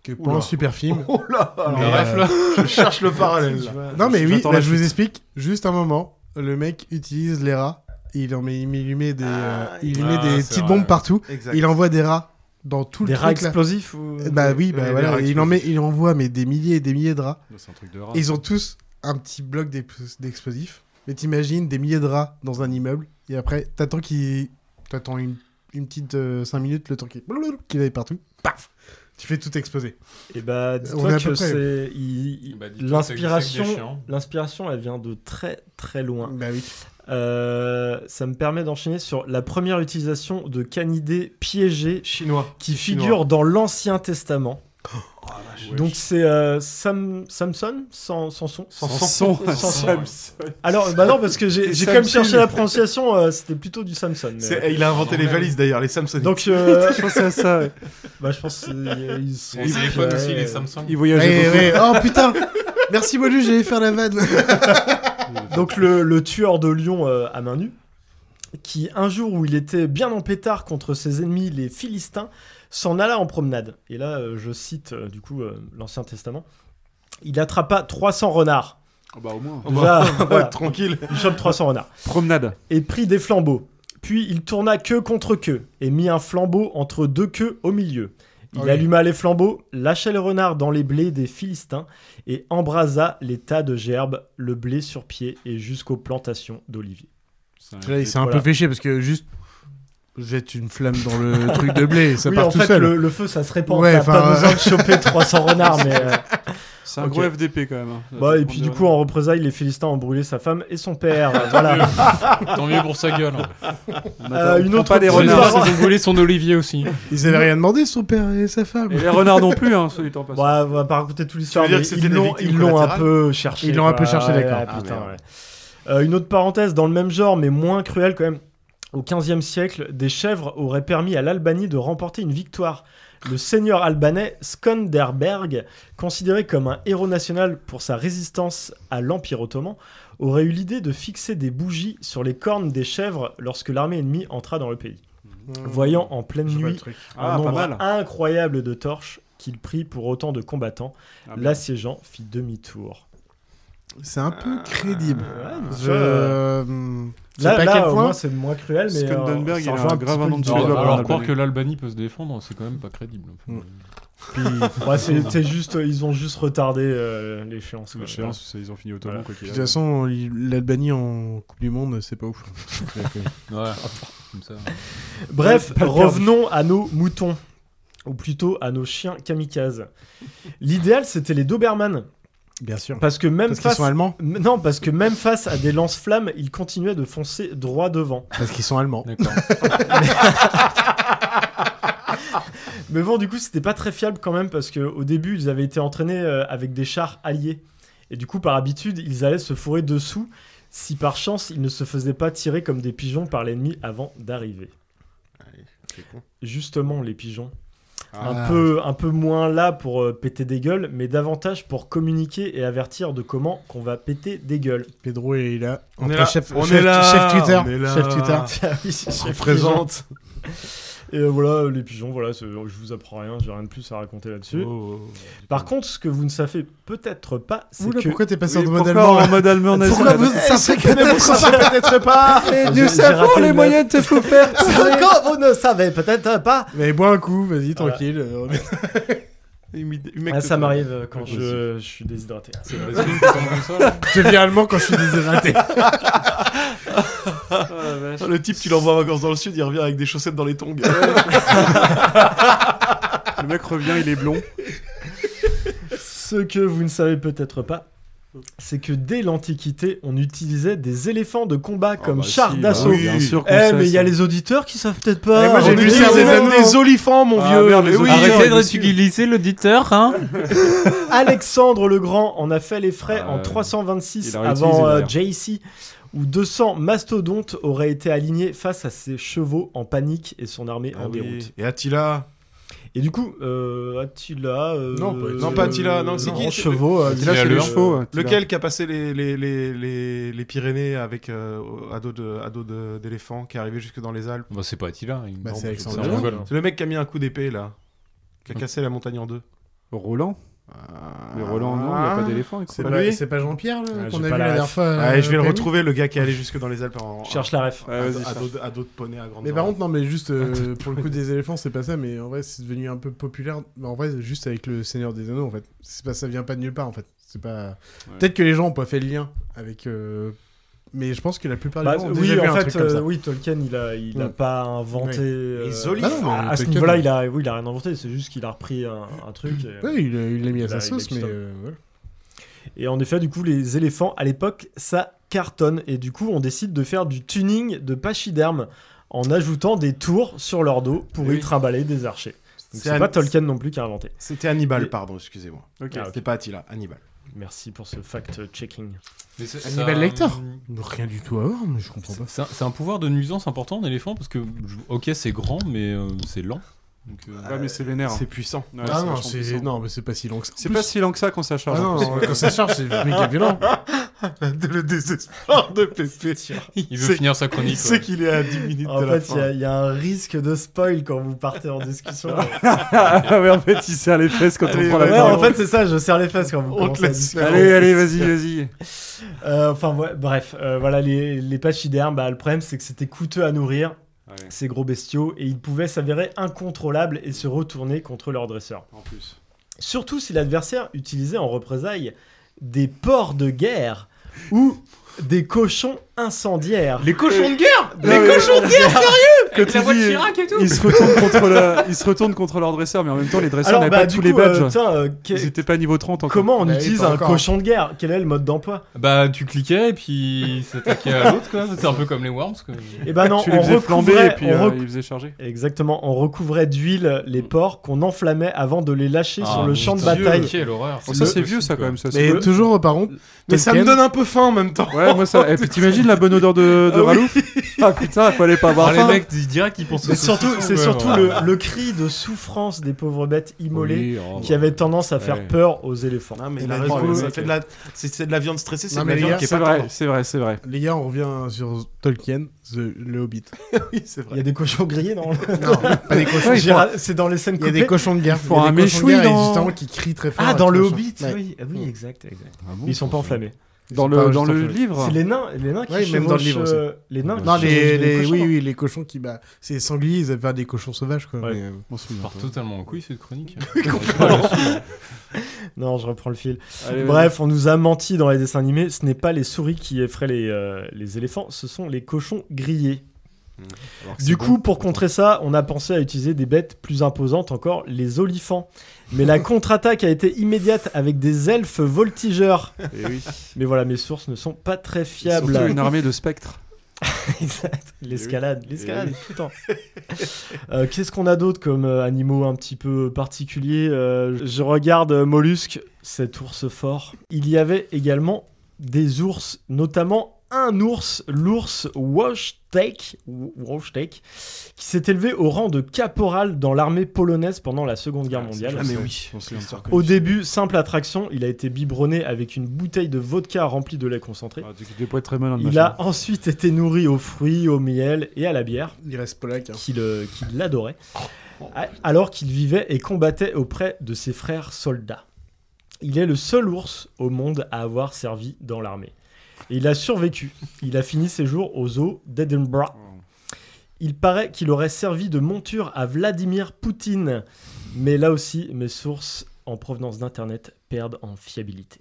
[SPEAKER 7] Que pas
[SPEAKER 11] Oula.
[SPEAKER 7] un super film.
[SPEAKER 11] Oh là
[SPEAKER 7] Mais,
[SPEAKER 11] alors,
[SPEAKER 7] euh,
[SPEAKER 11] Je cherche le parallèle là.
[SPEAKER 7] Non mais oui,
[SPEAKER 9] J'attends
[SPEAKER 7] bah,
[SPEAKER 9] la
[SPEAKER 7] je vous explique. Juste un moment, le mec utilise les rats. et Il en met, il lui met des, euh, il lui met
[SPEAKER 8] Ah,
[SPEAKER 7] des
[SPEAKER 8] c'est
[SPEAKER 7] petites
[SPEAKER 8] vrai,
[SPEAKER 7] bombes partout.
[SPEAKER 11] Exact.
[SPEAKER 7] Il envoie des rats dans tout
[SPEAKER 10] Des
[SPEAKER 7] le
[SPEAKER 10] rats
[SPEAKER 7] truc là.
[SPEAKER 10] explosifs ou...
[SPEAKER 7] Bah oui, bah
[SPEAKER 11] Ouais, des
[SPEAKER 7] voilà.
[SPEAKER 11] rats
[SPEAKER 7] et Il en met, il envoie mais des milliers et des milliers de rats.
[SPEAKER 9] C'est un truc de rare.
[SPEAKER 7] Et ils ont tous un petit bloc d'ex- d'explosifs. Mais t'imagines des milliers de rats dans un immeuble et après t'attends qu'ils T'attends une, une petite 5 minutes, le temps qu'il qu'il aille partout. Paf Tu fais tout exploser.
[SPEAKER 10] Et
[SPEAKER 7] On
[SPEAKER 10] bah,
[SPEAKER 7] est
[SPEAKER 10] dis-toi
[SPEAKER 7] à
[SPEAKER 10] que
[SPEAKER 7] peu près.
[SPEAKER 10] c'est. il- il-
[SPEAKER 8] Bah, dis-toi que c'est le sac des
[SPEAKER 10] L'inspiration,
[SPEAKER 8] chiens.
[SPEAKER 10] l'inspiration, elle vient de très très loin. Euh,
[SPEAKER 7] Bah oui.
[SPEAKER 10] ça me permet d'enchaîner sur la première utilisation de canidés piégés
[SPEAKER 11] chinois
[SPEAKER 10] qui
[SPEAKER 11] Chinois. Oh,
[SPEAKER 10] figure dans l'Ancien Testament. Donc c'est euh, Sam, Samson sans, sans son
[SPEAKER 11] Sans Samson.
[SPEAKER 10] Sans son.
[SPEAKER 11] Samson.
[SPEAKER 10] Alors bah non parce que j'ai
[SPEAKER 11] C'est
[SPEAKER 10] j'ai quand même
[SPEAKER 11] Samson.
[SPEAKER 10] cherché la prononciation euh, c'était plutôt du Samson. mais-
[SPEAKER 11] C'est- Il a inventé les valises d'ailleurs, les Samsung.
[SPEAKER 10] Donc euh,
[SPEAKER 11] je pensais à ça, ouais.
[SPEAKER 10] Bah je pense euh, ils sont
[SPEAKER 8] Et les téléphones aussi, les Samsung. Ils
[SPEAKER 7] Eh ouais. Oh putain Merci Bolu, j'allais faire la vanne.
[SPEAKER 10] Donc le, le tueur de Lyon euh, à main nue, qui un jour où il était bien en pétard contre ses ennemis, les Philistins, s'en alla en promenade. Et là, euh, je cite euh, du coup euh, l'Ancien Testament. Il attrapa 300 renards.
[SPEAKER 11] eh.
[SPEAKER 9] bah au moins.
[SPEAKER 10] Déjà,
[SPEAKER 9] bah,
[SPEAKER 10] voilà.
[SPEAKER 9] tranquille.
[SPEAKER 10] Il chope 300 renards.
[SPEAKER 9] Promenade.
[SPEAKER 10] Et prit des flambeaux. Puis il tourna queue contre queue et mit un flambeau entre deux queues au milieu. Il
[SPEAKER 7] Ok.
[SPEAKER 10] alluma les flambeaux, lâcha les renards dans les blés des Philistins et embrasa les tas de gerbes, le blé sur pied et jusqu'aux plantations d'oliviers.
[SPEAKER 7] Là, il s'est un
[SPEAKER 10] Voilà.
[SPEAKER 7] peu fait chier parce que juste jette une flamme dans le truc de blé, ça
[SPEAKER 10] Oui,
[SPEAKER 7] part
[SPEAKER 10] en
[SPEAKER 7] tout
[SPEAKER 10] fait,
[SPEAKER 7] seul.
[SPEAKER 10] Le, le feu, ça se répand.
[SPEAKER 7] Ouais,
[SPEAKER 10] T'as pas
[SPEAKER 7] enfin,
[SPEAKER 10] besoin de choper 300 renards, mais. euh,
[SPEAKER 9] C'est un
[SPEAKER 10] ok.
[SPEAKER 9] gros FDP quand même. hein. Ça
[SPEAKER 10] Bah, et
[SPEAKER 9] dépend
[SPEAKER 10] puis
[SPEAKER 9] des
[SPEAKER 10] du
[SPEAKER 9] renards.
[SPEAKER 10] coup, en représailles, les Philistins ont brûlé sa femme et son père. voilà.
[SPEAKER 8] Tant mieux pour sa gueule. hein.
[SPEAKER 10] Euh,
[SPEAKER 9] on
[SPEAKER 10] une
[SPEAKER 9] prend
[SPEAKER 10] autre
[SPEAKER 9] pas les
[SPEAKER 10] petite
[SPEAKER 9] renards.
[SPEAKER 10] parole-
[SPEAKER 8] Ils ont brûlé son olivier aussi.
[SPEAKER 7] Ils avaient rien demandé, son père et sa femme.
[SPEAKER 9] Et les renards non plus, hein, soit dit en passant.
[SPEAKER 10] Bon, on va pas raconter toute l'histoire.
[SPEAKER 11] Tu veux dire
[SPEAKER 10] mais
[SPEAKER 11] que c'était
[SPEAKER 10] Ils
[SPEAKER 11] des
[SPEAKER 10] l'ont-
[SPEAKER 11] victimes
[SPEAKER 10] ils l'ont un
[SPEAKER 11] collatérales
[SPEAKER 10] peu cherché.
[SPEAKER 7] Ils l'ont un peu
[SPEAKER 10] quoi.
[SPEAKER 7] cherché, d'accord.
[SPEAKER 10] Ouais,
[SPEAKER 7] Ah,
[SPEAKER 10] putain,
[SPEAKER 7] merde.
[SPEAKER 10] ouais. Euh, une autre parenthèse dans le même genre, mais moins cruelle quand même. Au XVe siècle, des chèvres auraient permis à l'Albanie de remporter une victoire. Le seigneur albanais Skanderberg, considéré comme un héros national pour sa résistance à l'Empire ottoman, aurait eu l'idée de fixer des bougies sur les cornes des chèvres lorsque l'armée ennemie entra dans le pays. Voyant en pleine
[SPEAKER 7] Je vois Euh, le
[SPEAKER 10] nuit
[SPEAKER 7] truc.
[SPEAKER 9] Ah,
[SPEAKER 10] un
[SPEAKER 9] pas
[SPEAKER 10] nombre
[SPEAKER 7] bah,
[SPEAKER 9] mal.
[SPEAKER 10] incroyable de torches qu'il prit pour autant de combattants,
[SPEAKER 9] Ah, merde.
[SPEAKER 10] l'assiégeant fit demi-tour.
[SPEAKER 7] C'est un peu crédible.
[SPEAKER 10] mais
[SPEAKER 7] Je-
[SPEAKER 10] ça, euh,
[SPEAKER 7] je sais pas à quel
[SPEAKER 10] au
[SPEAKER 7] point.
[SPEAKER 10] moins, c'est moins cruel, mais. euh,
[SPEAKER 9] Skandenberg,
[SPEAKER 10] ça
[SPEAKER 9] il a
[SPEAKER 10] rejoint
[SPEAKER 9] un
[SPEAKER 10] petit
[SPEAKER 9] grave
[SPEAKER 10] peu
[SPEAKER 9] un nom de
[SPEAKER 10] l'idée.
[SPEAKER 9] Tu les dois
[SPEAKER 8] Alors,
[SPEAKER 9] pas en
[SPEAKER 8] alors croire
[SPEAKER 9] Albanie.
[SPEAKER 8] que l'Albanie peut se défendre, c'est quand même pas crédible.
[SPEAKER 7] Mm.
[SPEAKER 10] Ouais, c'est c'est juste, euh, ils ont juste retardé euh, l'échéance. quoi.
[SPEAKER 9] L'échéance, c'est- Bah, ils ont fini au tournant. quoi
[SPEAKER 7] De
[SPEAKER 9] qu'il
[SPEAKER 7] toute
[SPEAKER 9] arrive.
[SPEAKER 7] façon, l'Albanie en Coupe du Monde, c'est pas ouf.
[SPEAKER 8] euh, Ouais. Comme ça.
[SPEAKER 10] Bref,
[SPEAKER 9] Pas perdu.
[SPEAKER 10] revenons à nos moutons. Ou plutôt à nos chiens kamikazes. L'idéal, c'était les Doberman.
[SPEAKER 7] Bien sûr.
[SPEAKER 10] Parce que même
[SPEAKER 7] Parce qu'ils
[SPEAKER 10] face.
[SPEAKER 7] sont allemands.
[SPEAKER 10] M- Non, parce que même face à des lance-flammes, ils continuaient de foncer droit devant.
[SPEAKER 7] Parce qu'ils sont allemands.
[SPEAKER 8] D'accord.
[SPEAKER 10] Mais bon, du coup, c'était pas très fiable quand même parce que au début, ils avaient été entraînés euh, avec des chars alliés. Et du coup, par habitude, ils allaient se fourrer dessous si par chance, ils ne se faisaient pas tirer comme des pigeons par l'ennemi avant d'arriver. Justement, les pigeons.
[SPEAKER 7] Ah.
[SPEAKER 10] Un, peu, un peu moins là pour euh, péter des gueules, mais davantage pour communiquer et avertir de comment qu'on va péter des gueules.
[SPEAKER 7] Pedro est là.
[SPEAKER 11] On
[SPEAKER 7] Entre
[SPEAKER 11] est là,
[SPEAKER 7] Chef,
[SPEAKER 11] on
[SPEAKER 7] chef-
[SPEAKER 11] est là,
[SPEAKER 7] chef Twitter.
[SPEAKER 11] on est là.
[SPEAKER 7] Chef Twitter.
[SPEAKER 10] Ah oui, c'est chef pigeon.
[SPEAKER 11] Présente.
[SPEAKER 10] Et euh, voilà, euh, les pigeons, voilà, c'est- je vous apprends rien, j'ai rien de plus à raconter là-dessus.
[SPEAKER 9] Oh,
[SPEAKER 10] Par contre, ce que vous ne savez peut-être pas, c'est
[SPEAKER 7] Oula,
[SPEAKER 10] que...
[SPEAKER 7] pourquoi t'es passé en mode
[SPEAKER 9] Pourquoi
[SPEAKER 7] allemand
[SPEAKER 9] en
[SPEAKER 7] là
[SPEAKER 9] mode allemand nazi
[SPEAKER 7] Pourquoi vous ça se
[SPEAKER 10] peut-être pas
[SPEAKER 7] nous savons les moyens
[SPEAKER 10] de se faire Quand vous ne savez peut-être pas
[SPEAKER 7] Mais bois un coup, vas-y,
[SPEAKER 10] Voilà.
[SPEAKER 7] tranquille. euh,
[SPEAKER 10] ah, Ça m'arrive euh, quand je, je suis déshydraté.
[SPEAKER 8] C'est le wrestling qui tombe comme ça. là
[SPEAKER 7] Je deviens allemand quand je suis déshydraté.
[SPEAKER 11] Le type, tu l'envoies en vacances dans le sud, il revient avec des chaussettes dans les tongs.
[SPEAKER 9] Le mec revient, il est blond.
[SPEAKER 10] Ce que vous ne savez peut-être pas, c'est que dès l'Antiquité, on utilisait des éléphants de
[SPEAKER 11] Ah,
[SPEAKER 10] combat comme
[SPEAKER 9] bah
[SPEAKER 10] chars
[SPEAKER 9] si, bah
[SPEAKER 10] d'assaut.
[SPEAKER 9] oui, bien sûr qu'on
[SPEAKER 10] Eh,
[SPEAKER 9] sait,
[SPEAKER 10] mais il y
[SPEAKER 9] ça.
[SPEAKER 10] a les auditeurs qui savent
[SPEAKER 11] Eh,
[SPEAKER 10] peut-être pas.
[SPEAKER 7] Et moi, j'ai
[SPEAKER 10] On
[SPEAKER 7] vu
[SPEAKER 10] utilise
[SPEAKER 7] ça,
[SPEAKER 10] des
[SPEAKER 7] des
[SPEAKER 10] éléments.
[SPEAKER 7] années.
[SPEAKER 11] olifants, mon
[SPEAKER 9] Ah, merde, les
[SPEAKER 11] oui,
[SPEAKER 9] auditeurs.
[SPEAKER 11] Arrêtez
[SPEAKER 9] de
[SPEAKER 1] ridiculiser l'auditeur, hein
[SPEAKER 10] Alexandre le Grand en a fait les frais
[SPEAKER 9] Ah,
[SPEAKER 10] en
[SPEAKER 9] euh, il
[SPEAKER 10] 326
[SPEAKER 9] a réutilisé,
[SPEAKER 10] avant euh,
[SPEAKER 9] d'ailleurs.
[SPEAKER 10] JC, où 200 mastodontes auraient été alignés face à ses chevaux en panique et son armée
[SPEAKER 9] Ah
[SPEAKER 10] en déroute.
[SPEAKER 11] Et Attila
[SPEAKER 10] Et du coup, euh, Attila. euh,
[SPEAKER 7] Non, pas-
[SPEAKER 11] non, pas Attila, non, c'est qui,
[SPEAKER 10] en
[SPEAKER 11] c'est- hein,
[SPEAKER 10] chevaux. euh,
[SPEAKER 9] Et là,
[SPEAKER 8] Il a
[SPEAKER 9] c'est
[SPEAKER 8] le
[SPEAKER 9] les
[SPEAKER 8] un.
[SPEAKER 9] chevaux. tu l'as.
[SPEAKER 11] Lequel qui a passé les, les, les, les, les Pyrénées avec euh, à dos de- à dos de- d'éléphant, qui est arrivé jusque dans les Alpes
[SPEAKER 8] Bah, c'est pas Attila. il me
[SPEAKER 7] Bah,
[SPEAKER 8] semble.
[SPEAKER 7] c'est Alexandre
[SPEAKER 8] un
[SPEAKER 7] le Grand.
[SPEAKER 8] Mongol.
[SPEAKER 11] C'est le mec qui a mis un coup d'épée, là. Qui a cassé la montagne en deux. Ah.
[SPEAKER 9] Roland Mais Roland, non, il n'y a pas d'éléphant. avec
[SPEAKER 7] Ah. C'est
[SPEAKER 9] Roland.
[SPEAKER 7] pas,
[SPEAKER 11] lui
[SPEAKER 7] c'est pas Jean-Pierre là,
[SPEAKER 10] Ah,
[SPEAKER 7] qu'on a vu
[SPEAKER 10] j'ai pas
[SPEAKER 7] la
[SPEAKER 10] la
[SPEAKER 7] dernière
[SPEAKER 10] ref.
[SPEAKER 7] fois euh,
[SPEAKER 11] Allez, je vais le
[SPEAKER 7] Pammy
[SPEAKER 11] retrouver, le gars qui est allé jusque dans les Alpes en.
[SPEAKER 10] je Cherche la ref.
[SPEAKER 11] à,
[SPEAKER 9] Ouais, vas-y,
[SPEAKER 11] à
[SPEAKER 9] cherche.
[SPEAKER 11] dos de- à dos de poney à grande
[SPEAKER 7] Mais par contre, non, mais juste euh, pour le coup des éléphants, c'est pas ça, mais en vrai, c'est devenu un peu populaire. Mais En vrai, juste avec le Seigneur des Anneaux, en fait. C'est pas, ça vient pas de nulle part, en fait. C'est pas.
[SPEAKER 9] Ouais.
[SPEAKER 7] Peut-être que les gens ont pas fait le lien avec euh, Mais je pense que la plupart
[SPEAKER 10] Bah,
[SPEAKER 7] des gens ont déjà
[SPEAKER 10] oui,
[SPEAKER 7] Ah, vu
[SPEAKER 10] en
[SPEAKER 7] un
[SPEAKER 10] fait,
[SPEAKER 7] truc comme
[SPEAKER 10] euh,
[SPEAKER 7] ça.
[SPEAKER 10] oui, Tolkien, il a, il a
[SPEAKER 7] Mm.
[SPEAKER 10] pas inventé.
[SPEAKER 7] Oui.
[SPEAKER 10] euh,
[SPEAKER 7] Les olives.
[SPEAKER 10] bah non,
[SPEAKER 7] Ah,
[SPEAKER 10] à ce
[SPEAKER 7] Tolkien,
[SPEAKER 10] niveau-là,
[SPEAKER 7] il-
[SPEAKER 10] il a, oui, il a rien inventé. C'est juste qu'il a repris un, un truc. et,
[SPEAKER 7] Ouais, il a- il l'a mis à
[SPEAKER 10] a-
[SPEAKER 7] sa
[SPEAKER 10] il a
[SPEAKER 7] sauce, mais
[SPEAKER 10] customisé.
[SPEAKER 7] euh, voilà.
[SPEAKER 10] Et en effet, du coup, les éléphants, à l'époque, ça cartonne. Et du coup, on décide de faire du tuning de pachyderme en ajoutant des tours sur leur dos pour y
[SPEAKER 11] Eh Oui.
[SPEAKER 10] trimballer des archers. Donc
[SPEAKER 11] C'est
[SPEAKER 10] c'est
[SPEAKER 11] un-
[SPEAKER 10] pas Tolkien non plus qui a inventé.
[SPEAKER 11] C'était Hannibal,
[SPEAKER 10] Et-
[SPEAKER 11] pardon, excusez-moi.
[SPEAKER 10] Ok.
[SPEAKER 11] C'était pas Attila, Hannibal.
[SPEAKER 10] Merci pour ce fact-checking.
[SPEAKER 8] Mais c'est-
[SPEAKER 7] Hannibal
[SPEAKER 8] ça- euh,
[SPEAKER 7] Lecter Rien du tout à voir, mais je comprends pas.
[SPEAKER 8] C'est un, c'est un pouvoir de nuisance important, un éléphant, parce que, je- ok, c'est grand, mais euh, c'est lent. Donc, euh,
[SPEAKER 9] Ouais, mais c'est vénère.
[SPEAKER 11] C'est puissant.
[SPEAKER 9] Ouais,
[SPEAKER 7] ah
[SPEAKER 9] c'est
[SPEAKER 7] non,
[SPEAKER 9] vachement
[SPEAKER 7] c'est...
[SPEAKER 9] puissant.
[SPEAKER 7] non, mais c'est pas si long que ça.
[SPEAKER 9] C'est pas si lent que ça quand ça charge.
[SPEAKER 7] Ah
[SPEAKER 9] en
[SPEAKER 7] non,
[SPEAKER 9] plus.
[SPEAKER 7] quand ça charge, c'est méga violent.
[SPEAKER 11] Le désespoir de Pépé.
[SPEAKER 8] Il
[SPEAKER 11] C'est-
[SPEAKER 8] veut finir sa chronique.
[SPEAKER 11] Il sait
[SPEAKER 8] ouais.
[SPEAKER 11] qu'il est à 10 minutes
[SPEAKER 10] En
[SPEAKER 11] de la
[SPEAKER 10] fait, il y
[SPEAKER 11] fin.
[SPEAKER 10] a- il y, a un risque de spoil quand vous partez en discussion.
[SPEAKER 9] Ah ouais, en fait, il serre les fesses quand
[SPEAKER 11] Allez,
[SPEAKER 9] on prend la
[SPEAKER 11] ouais,
[SPEAKER 10] ouais,
[SPEAKER 9] parole.
[SPEAKER 10] en fait, c'est ça, je serre les fesses quand vous
[SPEAKER 11] On te
[SPEAKER 10] commencez à
[SPEAKER 11] laisse
[SPEAKER 10] discuter.
[SPEAKER 11] faire.
[SPEAKER 9] Allez, allez, vas-y, vas-y.
[SPEAKER 10] Euh, Enfin, ouais, bref, euh, voilà, les, les pachydermes, bah, le problème, c'est que c'était coûteux à nourrir,
[SPEAKER 9] Ouais,
[SPEAKER 10] ces gros bestiaux, et ils pouvaient s'avérer incontrôlables et se retourner contre leur dresseur.
[SPEAKER 9] en plus.
[SPEAKER 10] Surtout si l'adversaire utilisait en représailles des porcs de guerre ou des cochons incendiaires. Euh,
[SPEAKER 9] Les cochons de
[SPEAKER 10] Les cochons de guerre
[SPEAKER 9] Avec la voix de Chirac et tout ils se, retournent contre la- ils se retournent contre leur dresseur, mais en même temps, les dresseurs
[SPEAKER 10] Alors,
[SPEAKER 9] n'avaient
[SPEAKER 10] bah,
[SPEAKER 9] pas
[SPEAKER 10] du
[SPEAKER 9] tous
[SPEAKER 10] coup,
[SPEAKER 9] les badges.
[SPEAKER 10] euh, putain, euh, que-
[SPEAKER 9] Ils étaient pas niveau 30 encore.
[SPEAKER 10] comment on
[SPEAKER 11] Bah oui,
[SPEAKER 10] utilise
[SPEAKER 11] pas
[SPEAKER 10] un
[SPEAKER 11] encore.
[SPEAKER 10] cochon de guerre Quel est le mode d'emploi
[SPEAKER 8] Bah, tu cliquais et puis s'attaquait à l'autre, quoi. C'est un peu comme les worms, quoi.
[SPEAKER 10] Eh ben non,
[SPEAKER 9] tu les
[SPEAKER 10] on
[SPEAKER 9] faisais flamber
[SPEAKER 10] recouvrait,
[SPEAKER 9] et puis
[SPEAKER 10] on
[SPEAKER 9] euh, Mm.
[SPEAKER 10] rec-
[SPEAKER 9] ils faisaient charger.
[SPEAKER 10] Exactement, on recouvrait d'huile les porcs qu'on enflammait avant de les lâcher
[SPEAKER 8] Ah,
[SPEAKER 10] sur le
[SPEAKER 8] mon
[SPEAKER 10] champ de
[SPEAKER 8] Dieu,
[SPEAKER 10] bataille.
[SPEAKER 8] ok, l'horreur.
[SPEAKER 9] Oh, ça,
[SPEAKER 8] le-
[SPEAKER 9] c'est
[SPEAKER 8] le
[SPEAKER 9] vieux,
[SPEAKER 8] film,
[SPEAKER 9] ça, quand
[SPEAKER 8] quoi.
[SPEAKER 9] même. Ça,
[SPEAKER 7] Mais
[SPEAKER 9] c'est-
[SPEAKER 7] toujours, euh, par contre,
[SPEAKER 11] Mais ça me
[SPEAKER 7] Tolkien-
[SPEAKER 11] donne un peu faim en même temps.
[SPEAKER 9] Ouais, moi ça. Et puis t'imagines la bonne odeur de, de
[SPEAKER 11] Ah oui.
[SPEAKER 9] Ralouf Ah putain, fallait pas avoir
[SPEAKER 8] Ah, les
[SPEAKER 9] faim.
[SPEAKER 8] mecs, ils direct, ils pensent
[SPEAKER 10] Mais
[SPEAKER 8] aux
[SPEAKER 10] surtout,
[SPEAKER 8] saucissons,
[SPEAKER 10] c'est
[SPEAKER 8] ouais,
[SPEAKER 10] surtout
[SPEAKER 8] ouais.
[SPEAKER 10] le, le cri de souffrance des pauvres bêtes
[SPEAKER 9] Oui,
[SPEAKER 10] immolées
[SPEAKER 9] oh,
[SPEAKER 10] qui avait tendance à faire
[SPEAKER 9] Ouais.
[SPEAKER 10] peur aux éléphants.
[SPEAKER 11] Non, mais
[SPEAKER 7] Et
[SPEAKER 11] la
[SPEAKER 7] bah,
[SPEAKER 11] raison,
[SPEAKER 7] du coup,
[SPEAKER 11] ben, ça
[SPEAKER 7] ok.
[SPEAKER 11] fait de la- c'est c'est de la viande stressée, c'est
[SPEAKER 7] Non,
[SPEAKER 11] de la
[SPEAKER 7] mais les
[SPEAKER 11] viande
[SPEAKER 7] gars,
[SPEAKER 11] qui est
[SPEAKER 9] C'est
[SPEAKER 11] pas
[SPEAKER 9] vrai,
[SPEAKER 11] tendre.
[SPEAKER 9] c'est vrai, c'est vrai.
[SPEAKER 7] Les gars, on revient sur Tolkien, The- le Hobbit.
[SPEAKER 11] Oui, c'est
[SPEAKER 10] Il
[SPEAKER 11] vrai.
[SPEAKER 10] y a des cochons grillés dans le.
[SPEAKER 7] Non, pas des cochons.
[SPEAKER 10] J'ai ra- C'est dans les scènes
[SPEAKER 7] Il y a
[SPEAKER 10] coupées.
[SPEAKER 7] des cochons de guerre.
[SPEAKER 9] Ils font
[SPEAKER 7] Il y a
[SPEAKER 9] un
[SPEAKER 7] des cochons de
[SPEAKER 9] méchoui
[SPEAKER 7] guerre et
[SPEAKER 9] dans-
[SPEAKER 7] justement qui crient très fort.
[SPEAKER 10] ah, dans
[SPEAKER 7] tout
[SPEAKER 10] le
[SPEAKER 7] machin.
[SPEAKER 10] Hobbit,
[SPEAKER 7] Ouais.
[SPEAKER 10] oui, ah oui,
[SPEAKER 7] Mm.
[SPEAKER 10] exact, exact. Ils sont pas enflammés.
[SPEAKER 9] Dans
[SPEAKER 7] Ils sont
[SPEAKER 9] le,
[SPEAKER 7] pas
[SPEAKER 9] dans
[SPEAKER 7] juste
[SPEAKER 9] le
[SPEAKER 7] enflammés.
[SPEAKER 9] livre.
[SPEAKER 10] C'est les nains, les nains qui
[SPEAKER 7] Ouais, même dans le
[SPEAKER 10] chevauchent,
[SPEAKER 7] livre aussi.
[SPEAKER 10] euh, les nains. qui
[SPEAKER 7] Non, les,
[SPEAKER 10] chevauchent
[SPEAKER 7] les-
[SPEAKER 10] cochons,
[SPEAKER 7] oui,
[SPEAKER 10] hein.
[SPEAKER 7] oui, les cochons qui. Bah, c'est les sangliers, ils avaient faire des cochons sauvages, quoi.
[SPEAKER 10] Ouais.
[SPEAKER 7] mais, euh,
[SPEAKER 9] On se souvient
[SPEAKER 8] part
[SPEAKER 9] pas.
[SPEAKER 8] totalement en couille cette chronique.
[SPEAKER 10] Non, je reprends le fil.
[SPEAKER 9] Allez, vas-y.
[SPEAKER 10] Bref, on nous a menti dans les dessins animés. Ce n'est pas les souris qui effraient les, euh, les éléphants, ce sont les cochons grillés.
[SPEAKER 7] Hmm.
[SPEAKER 9] Alors que c'est
[SPEAKER 10] Du
[SPEAKER 9] bon.
[SPEAKER 10] coup, pour contrer ça, on a pensé à utiliser des bêtes plus imposantes encore, les olifants. Mais la contre-attaque a été immédiate avec des elfes voltigeurs.
[SPEAKER 9] Eh oui.
[SPEAKER 10] Mais voilà, mes sources ne sont pas très fiables.
[SPEAKER 9] Surtout une armée de spectres.
[SPEAKER 10] Exact. L'escalade, l'escalade,
[SPEAKER 9] Eh oui.
[SPEAKER 10] tout le temps. Euh, Qu'est-ce qu'on a d'autre comme euh, animaux un petit peu particuliers Euh, Je regarde euh, Mollusque, cet ours fort. Il y avait également des ours, notamment un ours, l'ours Washtek, Washtek, qui s'est élevé au rang de caporal dans l'armée polonaise pendant la Seconde Guerre mondiale.
[SPEAKER 11] Ah, mais oui.
[SPEAKER 9] On se souvient
[SPEAKER 11] L'histoire
[SPEAKER 10] Au
[SPEAKER 11] connue.
[SPEAKER 10] début, simple attraction, il a été biberonné avec une bouteille de vodka remplie de lait concentré.
[SPEAKER 9] Ah, tu- tu dois pas être très malin,
[SPEAKER 10] Il
[SPEAKER 9] machin.
[SPEAKER 10] a ensuite été nourri aux fruits, au miel et à la bière,
[SPEAKER 7] Il reste polac. hein.
[SPEAKER 10] qu'il euh, qu'il adorait, a- alors qu'il vivait et combattait auprès de ses frères soldats. Il est le seul ours au monde à avoir servi dans l'armée. Et il a survécu. Il a fini ses jours aux zoo d'Edinburgh. Il paraît qu'il aurait servi de monture à Vladimir Poutine. Mais là aussi, mes sources en provenance d'Internet perdent en fiabilité.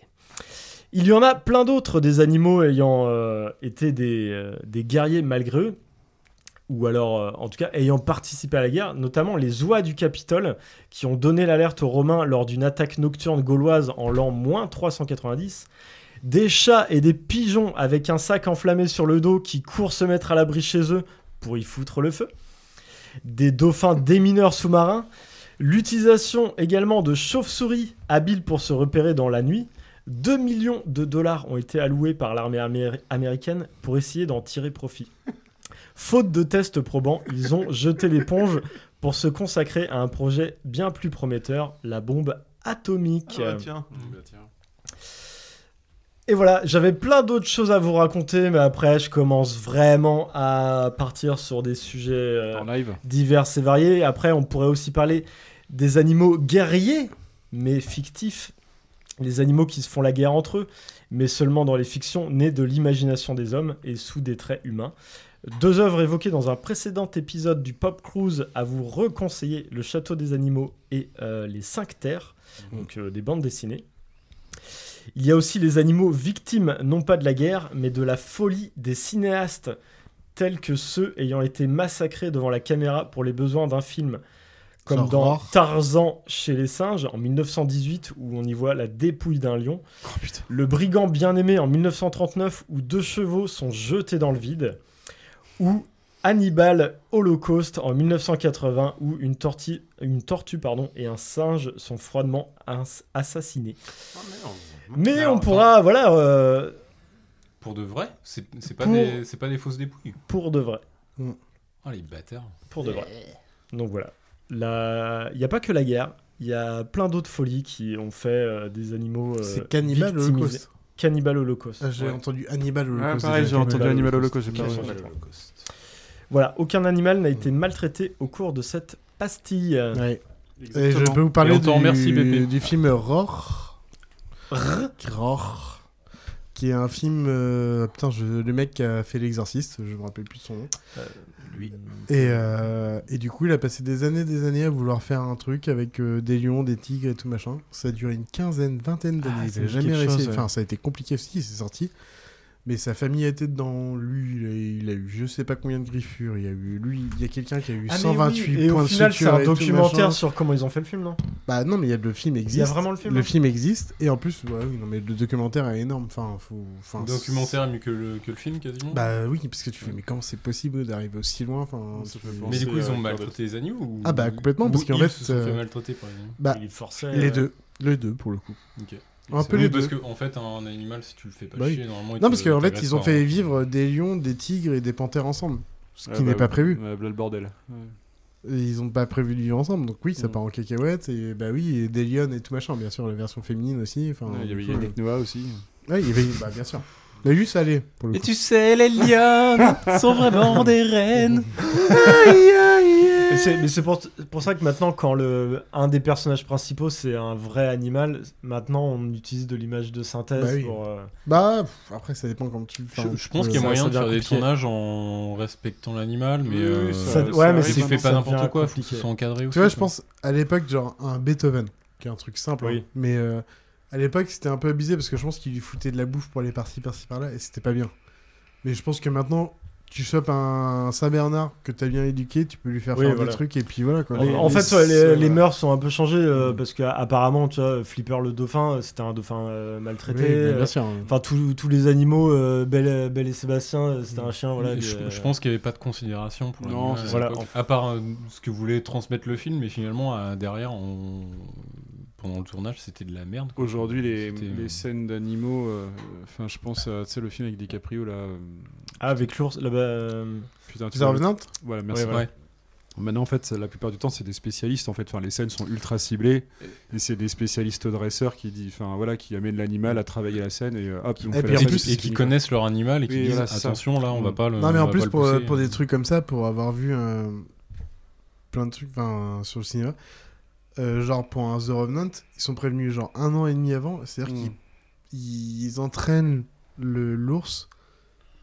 [SPEAKER 10] Il y en a plein d'autres des animaux ayant euh, été des, euh, des guerriers malgré eux, ou alors euh, en tout cas ayant participé à la guerre, notamment les oies du Capitole, qui ont donné l'alerte aux Romains lors d'une attaque nocturne gauloise en l'an moins 390. Des chats et des pigeons avec un sac enflammé sur le dos qui courent se mettre à l'abri chez eux pour y foutre le feu. Des dauphins démineurs sous-marins. L'utilisation également de chauves-souris habiles pour se repérer dans la nuit. 2 millions de dollars ont été alloués par l'armée améri- américaine pour essayer d'en tirer profit. Faute de tests probants, ils ont jeté l'éponge pour se consacrer à un projet bien plus prometteur, la bombe atomique.
[SPEAKER 11] Ah, tiens.
[SPEAKER 10] Et voilà, j'avais plein d'autres choses à vous raconter, mais après, je commence vraiment à partir sur des sujets euh,
[SPEAKER 9] En live.
[SPEAKER 10] divers et variés. Après, on pourrait aussi parler des animaux guerriers, mais fictifs. Les animaux qui se font la guerre entre eux, mais seulement dans les fictions nées de l'imagination des hommes et sous des traits humains. Deux œuvres évoquées dans un précédent épisode du Pop Cruise à vous reconseiller Le Château des Animaux et euh, Les Cinq Terres, donc euh, des bandes dessinées. Il y a aussi les animaux victimes, non pas de la guerre, mais de la folie des cinéastes, tels que ceux ayant été massacrés devant la caméra pour les besoins d'un film. Comme
[SPEAKER 7] Genre
[SPEAKER 10] dans
[SPEAKER 7] Roar.
[SPEAKER 10] Tarzan chez les singes en 1918, où on y voit la dépouille d'un lion. le brigand bien-aimé en 1939, où deux chevaux sont jetés dans le vide. Ou Hannibal Holocaust en 1980, où une, torti- une tortue pardon, et un singe sont froidement ins- assassinés.
[SPEAKER 7] Ah,
[SPEAKER 10] Mais on pourra, voilà, euh,
[SPEAKER 8] Pour de vrai C'est c'est pas,
[SPEAKER 10] Pour-
[SPEAKER 8] des- c'est pas des fausses dépouilles.
[SPEAKER 10] pour de vrai.
[SPEAKER 8] Ah, les bâtards.
[SPEAKER 10] Pour de vrai.
[SPEAKER 7] Euh.
[SPEAKER 10] Donc voilà. La- Il n'y a pas que la guerre, il y a plein d'autres folies qui ont fait euh, des animaux. euh,
[SPEAKER 7] C'est Cannibal
[SPEAKER 10] victimisés.
[SPEAKER 7] Holocaust.
[SPEAKER 10] Cannibal Holocaust.
[SPEAKER 7] Ah, j'ai
[SPEAKER 10] Ouais.
[SPEAKER 7] entendu Hannibal Holocaust.
[SPEAKER 9] Ouais, pareil, j'ai entendu Animal Holocaust, j'ai pas
[SPEAKER 10] Cannibal
[SPEAKER 9] entendu.
[SPEAKER 10] Holocaust. Voilà, aucun animal n'a été maltraité au cours de cette pastille.
[SPEAKER 7] Ouais. Et je peux vous
[SPEAKER 8] Et
[SPEAKER 7] parler
[SPEAKER 8] on
[SPEAKER 7] du,
[SPEAKER 8] t'en remercie, Pépé.
[SPEAKER 7] du film Roar. Qui- Roar. Qui est un film. euh, putain, je- le mec qui a fait l'exorciste, je me rappelle plus son nom.
[SPEAKER 8] lui.
[SPEAKER 7] Et, euh, et du coup, il a passé des années des années à vouloir faire un truc avec euh, des lions, des tigres et tout machin. Ça a duré une quinzaine, vingtaine d'années.
[SPEAKER 11] Ah,
[SPEAKER 7] il
[SPEAKER 11] ça
[SPEAKER 7] a
[SPEAKER 11] me dit
[SPEAKER 7] jamais
[SPEAKER 11] quelque
[SPEAKER 7] réussi.
[SPEAKER 11] chose, ouais.
[SPEAKER 7] Enfin, ça a été compliqué aussi, c'est sorti. Mais sa famille a été dedans. Lui, il a, il a eu je sais pas combien de griffures. Il y a eu, lui, il y a quelqu'un qui a eu
[SPEAKER 10] Ah, mais
[SPEAKER 7] 128
[SPEAKER 10] oui, et au
[SPEAKER 7] points
[SPEAKER 10] final,
[SPEAKER 7] de
[SPEAKER 10] c'est
[SPEAKER 7] suture.
[SPEAKER 10] un
[SPEAKER 7] et tout
[SPEAKER 10] documentaire
[SPEAKER 7] machin.
[SPEAKER 10] sur comment ils ont fait le film, non
[SPEAKER 7] Bah non, mais il y a le film existe.
[SPEAKER 10] vraiment le film,
[SPEAKER 7] Le
[SPEAKER 10] hein
[SPEAKER 7] film existe et en plus, ouais, oui, non, mais le documentaire est énorme. Enfin, faut. Enfin,
[SPEAKER 8] Le documentaire est mieux que le, que le film quasiment.
[SPEAKER 7] Bah oui, parce que tu fais, mais comment c'est possible d'arriver aussi loin enfin, tu-
[SPEAKER 9] Ça fait
[SPEAKER 8] mais
[SPEAKER 9] penser,
[SPEAKER 8] du coup, ils
[SPEAKER 9] euh,
[SPEAKER 8] ont maltraité les animaux ou...
[SPEAKER 7] Ah bah complètement,
[SPEAKER 8] ou
[SPEAKER 7] parce qu'en
[SPEAKER 8] ils
[SPEAKER 7] fait.
[SPEAKER 8] se sont fait
[SPEAKER 7] euh,
[SPEAKER 8] maltraiter par les animaux.
[SPEAKER 7] Bah,
[SPEAKER 10] Il forçait,
[SPEAKER 7] les
[SPEAKER 10] euh,
[SPEAKER 7] deux. Les deux pour le coup.
[SPEAKER 8] Ok.
[SPEAKER 7] Un
[SPEAKER 8] C'est
[SPEAKER 7] peu
[SPEAKER 8] bon,
[SPEAKER 7] les
[SPEAKER 8] parce
[SPEAKER 7] deux.
[SPEAKER 8] que en fait un animal si tu le fais pas
[SPEAKER 7] Bah oui.
[SPEAKER 8] chier normalement il
[SPEAKER 7] non,
[SPEAKER 8] te-
[SPEAKER 7] parce qu'en fait,
[SPEAKER 8] t'agresse
[SPEAKER 7] ils ont
[SPEAKER 8] pas,
[SPEAKER 7] fait
[SPEAKER 8] hein.
[SPEAKER 7] vivre des lions, des tigres et des panthères ensemble. Ce
[SPEAKER 9] Ah,
[SPEAKER 7] qui
[SPEAKER 9] bah,
[SPEAKER 7] n'est pas prévu.
[SPEAKER 9] ouais, Bleu le bordel.
[SPEAKER 7] Et
[SPEAKER 9] Ouais.
[SPEAKER 7] Ils ont pas prévu de vivre ensemble, donc oui, ça
[SPEAKER 9] Mm.
[SPEAKER 7] part en cacahuète, et bah oui, et des lions et tout machin, bien sûr, la version féminine aussi. enfin,
[SPEAKER 9] Ouais, Il y avait
[SPEAKER 7] du coup,
[SPEAKER 9] Yannick Noah aussi.
[SPEAKER 7] euh, ouais, il y avait, bah, bien sûr. Mais lui, ça allait, pour le
[SPEAKER 12] Et
[SPEAKER 7] coup.
[SPEAKER 12] tu sais, les lions sont vraiment des reines.
[SPEAKER 10] Mais c'est- Mais c'est pour, pour ça que maintenant, quand le, un des personnages principaux c'est un vrai animal, maintenant on utilise de l'image de synthèse
[SPEAKER 7] Bah oui.
[SPEAKER 10] pour. euh,
[SPEAKER 7] Bah, pff, après, ça dépend comment tu. enfin,
[SPEAKER 8] Je, je pense
[SPEAKER 7] euh,
[SPEAKER 8] qu'il y a
[SPEAKER 7] ça-
[SPEAKER 8] moyen
[SPEAKER 7] ça
[SPEAKER 8] de faire
[SPEAKER 7] devient
[SPEAKER 8] des
[SPEAKER 7] compliqué.
[SPEAKER 8] tournages en respectant l'animal, mais
[SPEAKER 9] Oui,
[SPEAKER 8] euh,
[SPEAKER 9] ça-
[SPEAKER 10] ça- ouais, mais
[SPEAKER 8] si
[SPEAKER 10] c'est-
[SPEAKER 8] tu fais
[SPEAKER 10] ça
[SPEAKER 8] pas n'importe
[SPEAKER 10] devient
[SPEAKER 8] quoi, faut que ce
[SPEAKER 10] compliqué.
[SPEAKER 8] soit encadré aussi.
[SPEAKER 7] Tu vois, je
[SPEAKER 8] quoi.
[SPEAKER 7] pense à l'époque, genre un Beethoven, qui est un truc simple,
[SPEAKER 10] Oui.
[SPEAKER 7] hein, mais euh, à l'époque c'était un peu abusé parce que je pense qu'il lui foutait de la bouffe pour aller par-ci, par-ci, par-là et c'était pas bien. Mais je pense que maintenant, tu chopes un Saint-Bernard que t'as bien éduqué, tu peux lui faire
[SPEAKER 10] Oui,
[SPEAKER 7] faire
[SPEAKER 10] voilà.
[SPEAKER 7] des trucs et puis voilà quoi.
[SPEAKER 10] en en fait, ouais, les, les mœurs sont un peu changées euh,
[SPEAKER 7] Mm.
[SPEAKER 10] parce qu'apparemment, tu vois, Flipper le dauphin, euh, c'était un dauphin euh, maltraité.
[SPEAKER 7] Oui, bah, bien
[SPEAKER 10] euh,
[SPEAKER 7] sûr.
[SPEAKER 10] Enfin, tous tous les animaux, euh, Belle, euh, Belle et Sébastien, euh,
[SPEAKER 7] Mm.
[SPEAKER 10] c'était un chien. Voilà,
[SPEAKER 8] Mais
[SPEAKER 10] que-
[SPEAKER 8] je, je pense qu'il n'y avait pas de considération pour
[SPEAKER 9] Non,
[SPEAKER 8] l'animal
[SPEAKER 9] c'est
[SPEAKER 8] à
[SPEAKER 9] ça.
[SPEAKER 8] l'époque. À part euh, ce que voulait transmettre le film, mais finalement, euh, derrière, on- pendant le tournage, c'était de la merde. quoi.
[SPEAKER 9] Aujourd'hui, les,
[SPEAKER 8] C'était,
[SPEAKER 9] les
[SPEAKER 8] euh,
[SPEAKER 9] scènes d'animaux, euh, enfin, je pense à tu sais, le film avec DiCaprio là. euh,
[SPEAKER 10] Ah, avec l'ours, là-bas. euh,
[SPEAKER 9] Putain, tu
[SPEAKER 7] The
[SPEAKER 9] vois,
[SPEAKER 7] Revenant
[SPEAKER 9] Voilà, merci.
[SPEAKER 8] Ouais, voilà. Ouais.
[SPEAKER 9] Maintenant, en fait, la plupart du temps, c'est des spécialistes. En fait, enfin, les scènes sont ultra ciblées et c'est des spécialistes dresseurs qui dit, enfin, voilà, qui amènent l'animal à travailler la scène et euh, hop, on
[SPEAKER 7] Et
[SPEAKER 9] fait
[SPEAKER 7] puis,
[SPEAKER 9] la
[SPEAKER 7] en
[SPEAKER 9] scène,
[SPEAKER 7] plus,
[SPEAKER 9] c'est
[SPEAKER 8] et qui
[SPEAKER 9] fini, quoi.
[SPEAKER 8] connaissent leur animal et qui
[SPEAKER 9] Oui,
[SPEAKER 8] disent
[SPEAKER 9] voilà, c'est ça.
[SPEAKER 8] attention, là, on va pas le.
[SPEAKER 7] Non, mais
[SPEAKER 8] on
[SPEAKER 7] en
[SPEAKER 8] va
[SPEAKER 7] plus,
[SPEAKER 8] pas le
[SPEAKER 7] pour, euh,
[SPEAKER 8] pousser.
[SPEAKER 7] pour des trucs comme ça, pour avoir vu euh, plein de trucs enfin, euh, sur le cinéma, euh, genre pour un The Revenant, ils sont prévenus genre un an et demi avant, c'est-à-dire
[SPEAKER 9] Mm.
[SPEAKER 7] qu'ils ils entraînent le- l'ours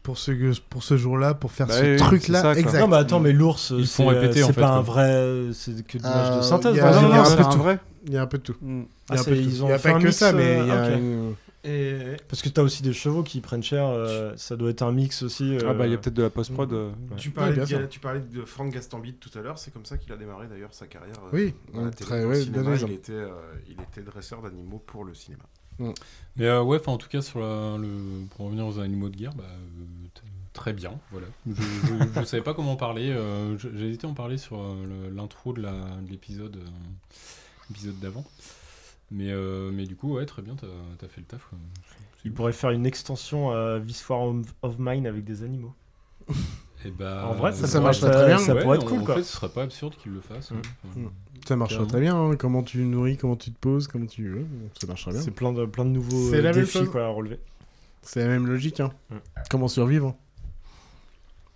[SPEAKER 7] pour ce, que- pour ce jour-là, pour faire
[SPEAKER 9] Bah
[SPEAKER 7] ce
[SPEAKER 9] oui, oui, c'est ça,
[SPEAKER 7] truc-là
[SPEAKER 9] quoi.
[SPEAKER 7] exact.
[SPEAKER 10] Non, mais attends, mais l'ours, euh,
[SPEAKER 8] Ils
[SPEAKER 10] c'est
[SPEAKER 8] font répéter, en
[SPEAKER 10] c'est
[SPEAKER 8] fait,
[SPEAKER 10] pas un
[SPEAKER 8] quoi.
[SPEAKER 10] vrai. euh, C'est que de l'image
[SPEAKER 7] Euh,
[SPEAKER 10] de synthèse.
[SPEAKER 7] il
[SPEAKER 10] bah,
[SPEAKER 7] y a-
[SPEAKER 10] voilà.
[SPEAKER 9] Ah, non,
[SPEAKER 7] il y a
[SPEAKER 9] non,
[SPEAKER 7] un peu
[SPEAKER 9] c'est
[SPEAKER 7] de
[SPEAKER 9] un
[SPEAKER 7] tout.
[SPEAKER 9] vrai.
[SPEAKER 7] Il y a un peu de tout.
[SPEAKER 9] Mm.
[SPEAKER 7] Il y a
[SPEAKER 10] Ah,
[SPEAKER 7] un peu de
[SPEAKER 10] c'est-
[SPEAKER 7] tout.
[SPEAKER 10] ils ont
[SPEAKER 7] Il y a
[SPEAKER 10] fait
[SPEAKER 7] pas
[SPEAKER 10] un
[SPEAKER 7] que
[SPEAKER 10] mix,
[SPEAKER 7] ça, mais
[SPEAKER 10] euh,
[SPEAKER 7] il y a
[SPEAKER 10] ok.
[SPEAKER 7] une-
[SPEAKER 10] Et- Parce que t'as aussi des chevaux qui prennent cher, euh, ça doit être un mix aussi.
[SPEAKER 9] Ah bah, il y a
[SPEAKER 10] euh,
[SPEAKER 9] peut-être de la post prod.
[SPEAKER 11] euh, Tu
[SPEAKER 7] Ouais,
[SPEAKER 11] parlais,
[SPEAKER 7] bien
[SPEAKER 11] de, Ga-
[SPEAKER 7] sûr.
[SPEAKER 11] tu parlais de Frank Gastambide tout à l'heure, c'est comme ça qu'il a démarré d'ailleurs sa carrière. euh,
[SPEAKER 7] Oui,
[SPEAKER 11] dans la
[SPEAKER 7] un
[SPEAKER 11] télé,
[SPEAKER 7] très-
[SPEAKER 11] dans le
[SPEAKER 7] ouais,
[SPEAKER 11] cinéma.
[SPEAKER 7] bon
[SPEAKER 11] il,
[SPEAKER 7] exemple.
[SPEAKER 11] était, euh, il était dresseur d'animaux pour le cinéma.
[SPEAKER 8] Mais euh, ouais, enfin, en tout cas, sur la- le... pour revenir aux animaux de guerre, bah, euh, t- très bien, voilà. Je, je, je savais pas comment en parler, euh, je- j'ai hésité à en parler sur euh, le- l'intro de la- de l'épisode euh, épisode d'avant. Mais, euh, mais du coup, ouais, très bien, t'as as fait le taf. quoi.
[SPEAKER 10] Il pourrait faire une extension à This War of- of Mine avec des animaux.
[SPEAKER 8] Et bah,
[SPEAKER 10] En vrai, ça
[SPEAKER 7] pourrait
[SPEAKER 8] marche
[SPEAKER 7] être- ça
[SPEAKER 8] ouais,
[SPEAKER 10] pourrait être
[SPEAKER 8] en-
[SPEAKER 10] cool,
[SPEAKER 8] en
[SPEAKER 10] quoi.
[SPEAKER 8] fait, ce serait pas absurde qu'il le fasse. hein. ouais. Enfin,
[SPEAKER 7] Mm. Ça marchera
[SPEAKER 8] Clairement.
[SPEAKER 7] très bien, hein, comment tu nourris, comment tu te poses, comment tu... ouais, ça marchera Ah bien.
[SPEAKER 10] C'est plein de, plein de nouveaux
[SPEAKER 7] C'est
[SPEAKER 10] euh,
[SPEAKER 7] la même
[SPEAKER 10] défis
[SPEAKER 7] chose.
[SPEAKER 10] quoi, à relever.
[SPEAKER 7] C'est la même logique, hein.
[SPEAKER 10] Mm.
[SPEAKER 7] Comment survivre ben,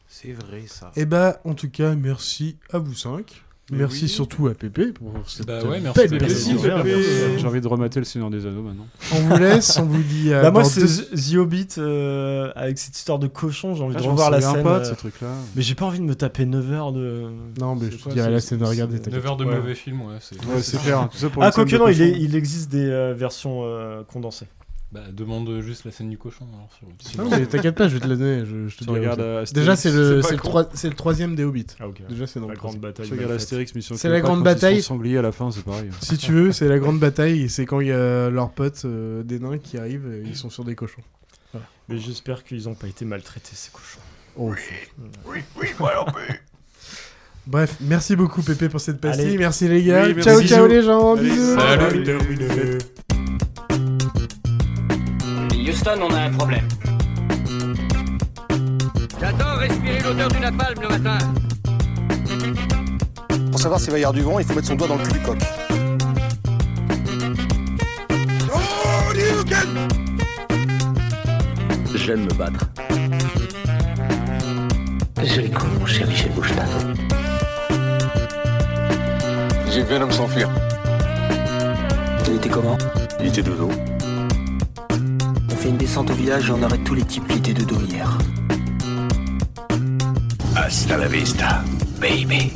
[SPEAKER 2] C'est vrai ça.
[SPEAKER 7] Eh bah, en tout cas, merci à vous cinq. Merci surtout à Pépé pour cette
[SPEAKER 8] Bah ouais,
[SPEAKER 7] euh,
[SPEAKER 8] merci
[SPEAKER 7] belle
[SPEAKER 8] Pépé.
[SPEAKER 7] précision.
[SPEAKER 8] Merci Pépé.
[SPEAKER 9] J'ai envie de remater le Seigneur des Anneaux maintenant. Ah,
[SPEAKER 7] On vous laisse, on vous dit à
[SPEAKER 10] Bah moi,
[SPEAKER 7] dans
[SPEAKER 10] c'est
[SPEAKER 7] deux-
[SPEAKER 10] The Hobbit euh, avec cette histoire de cochon. J'ai envie
[SPEAKER 9] Ah,
[SPEAKER 10] de
[SPEAKER 9] je m'en
[SPEAKER 10] revoir la
[SPEAKER 9] souviens
[SPEAKER 10] scène.
[SPEAKER 9] pas de
[SPEAKER 10] euh,
[SPEAKER 9] ce truc-là.
[SPEAKER 10] Mais j'ai pas envie de me taper 9 heures de.
[SPEAKER 7] Non, mais je te dirai la scène à regarder. t'inquiète.
[SPEAKER 8] 9 heures de
[SPEAKER 7] Ouais.
[SPEAKER 8] mauvais film, ouais. c'est-
[SPEAKER 7] Ouais, c'est clair, tout ça pour
[SPEAKER 10] Ah,
[SPEAKER 7] une scène
[SPEAKER 10] quoique,
[SPEAKER 7] de
[SPEAKER 10] non, il,
[SPEAKER 7] cochon.
[SPEAKER 10] est- il existe des euh, versions euh, condensées.
[SPEAKER 8] Bah, demande juste la scène du cochon. Alors, sur...
[SPEAKER 7] Non, mais t'inquiète pas, je vais te la donner. Je, je te
[SPEAKER 8] Tu
[SPEAKER 7] dirai
[SPEAKER 8] regardes,
[SPEAKER 7] où
[SPEAKER 8] euh, Astérix,
[SPEAKER 7] Déjà, c'est le,
[SPEAKER 8] c'est pas
[SPEAKER 7] c'est le,
[SPEAKER 8] con.
[SPEAKER 7] troi- c'est le troisième des Hobbits.
[SPEAKER 10] Ah, ok.
[SPEAKER 7] Déjà, c'est dans
[SPEAKER 10] La
[SPEAKER 7] le
[SPEAKER 10] grande
[SPEAKER 7] troisième.
[SPEAKER 10] bataille
[SPEAKER 9] Tu regardes Astérix, Mission
[SPEAKER 7] C'est la grande
[SPEAKER 9] Ils
[SPEAKER 7] bataille.
[SPEAKER 9] sont sangliers à la fin, c'est pareil.
[SPEAKER 7] Si tu veux, c'est la grande bataille. et C'est quand il y a leurs potes euh, des nains qui arrivent. et Ils sont sur des cochons.
[SPEAKER 10] Mais j'espère qu'ils ont pas été maltraités, ces cochons.
[SPEAKER 7] Oui. Bref, merci beaucoup Pépé pour cette pastille.
[SPEAKER 10] Allez.
[SPEAKER 7] Merci les gars.
[SPEAKER 10] Oui, merci.
[SPEAKER 7] ciao, ciao
[SPEAKER 10] Bisous.
[SPEAKER 7] les gens.
[SPEAKER 10] Allez,
[SPEAKER 7] bisous.
[SPEAKER 10] salut.
[SPEAKER 1] Houston, on a un problème.
[SPEAKER 13] J'adore respirer l'odeur du napalm le matin.
[SPEAKER 2] Pour savoir s'il va y avoir du vent, il faut mettre son doigt dans le cul du coq.
[SPEAKER 5] J'aime me battre.
[SPEAKER 1] Je l'écoute, mon cher Michel Bouchard.
[SPEAKER 2] J'ai vu un homme s'enfuir.
[SPEAKER 1] Il était comment
[SPEAKER 5] Il était de dos.
[SPEAKER 1] On fait une descente au village et on arrête tous les types qui étaient de dos hier.
[SPEAKER 2] Hasta la vista, baby.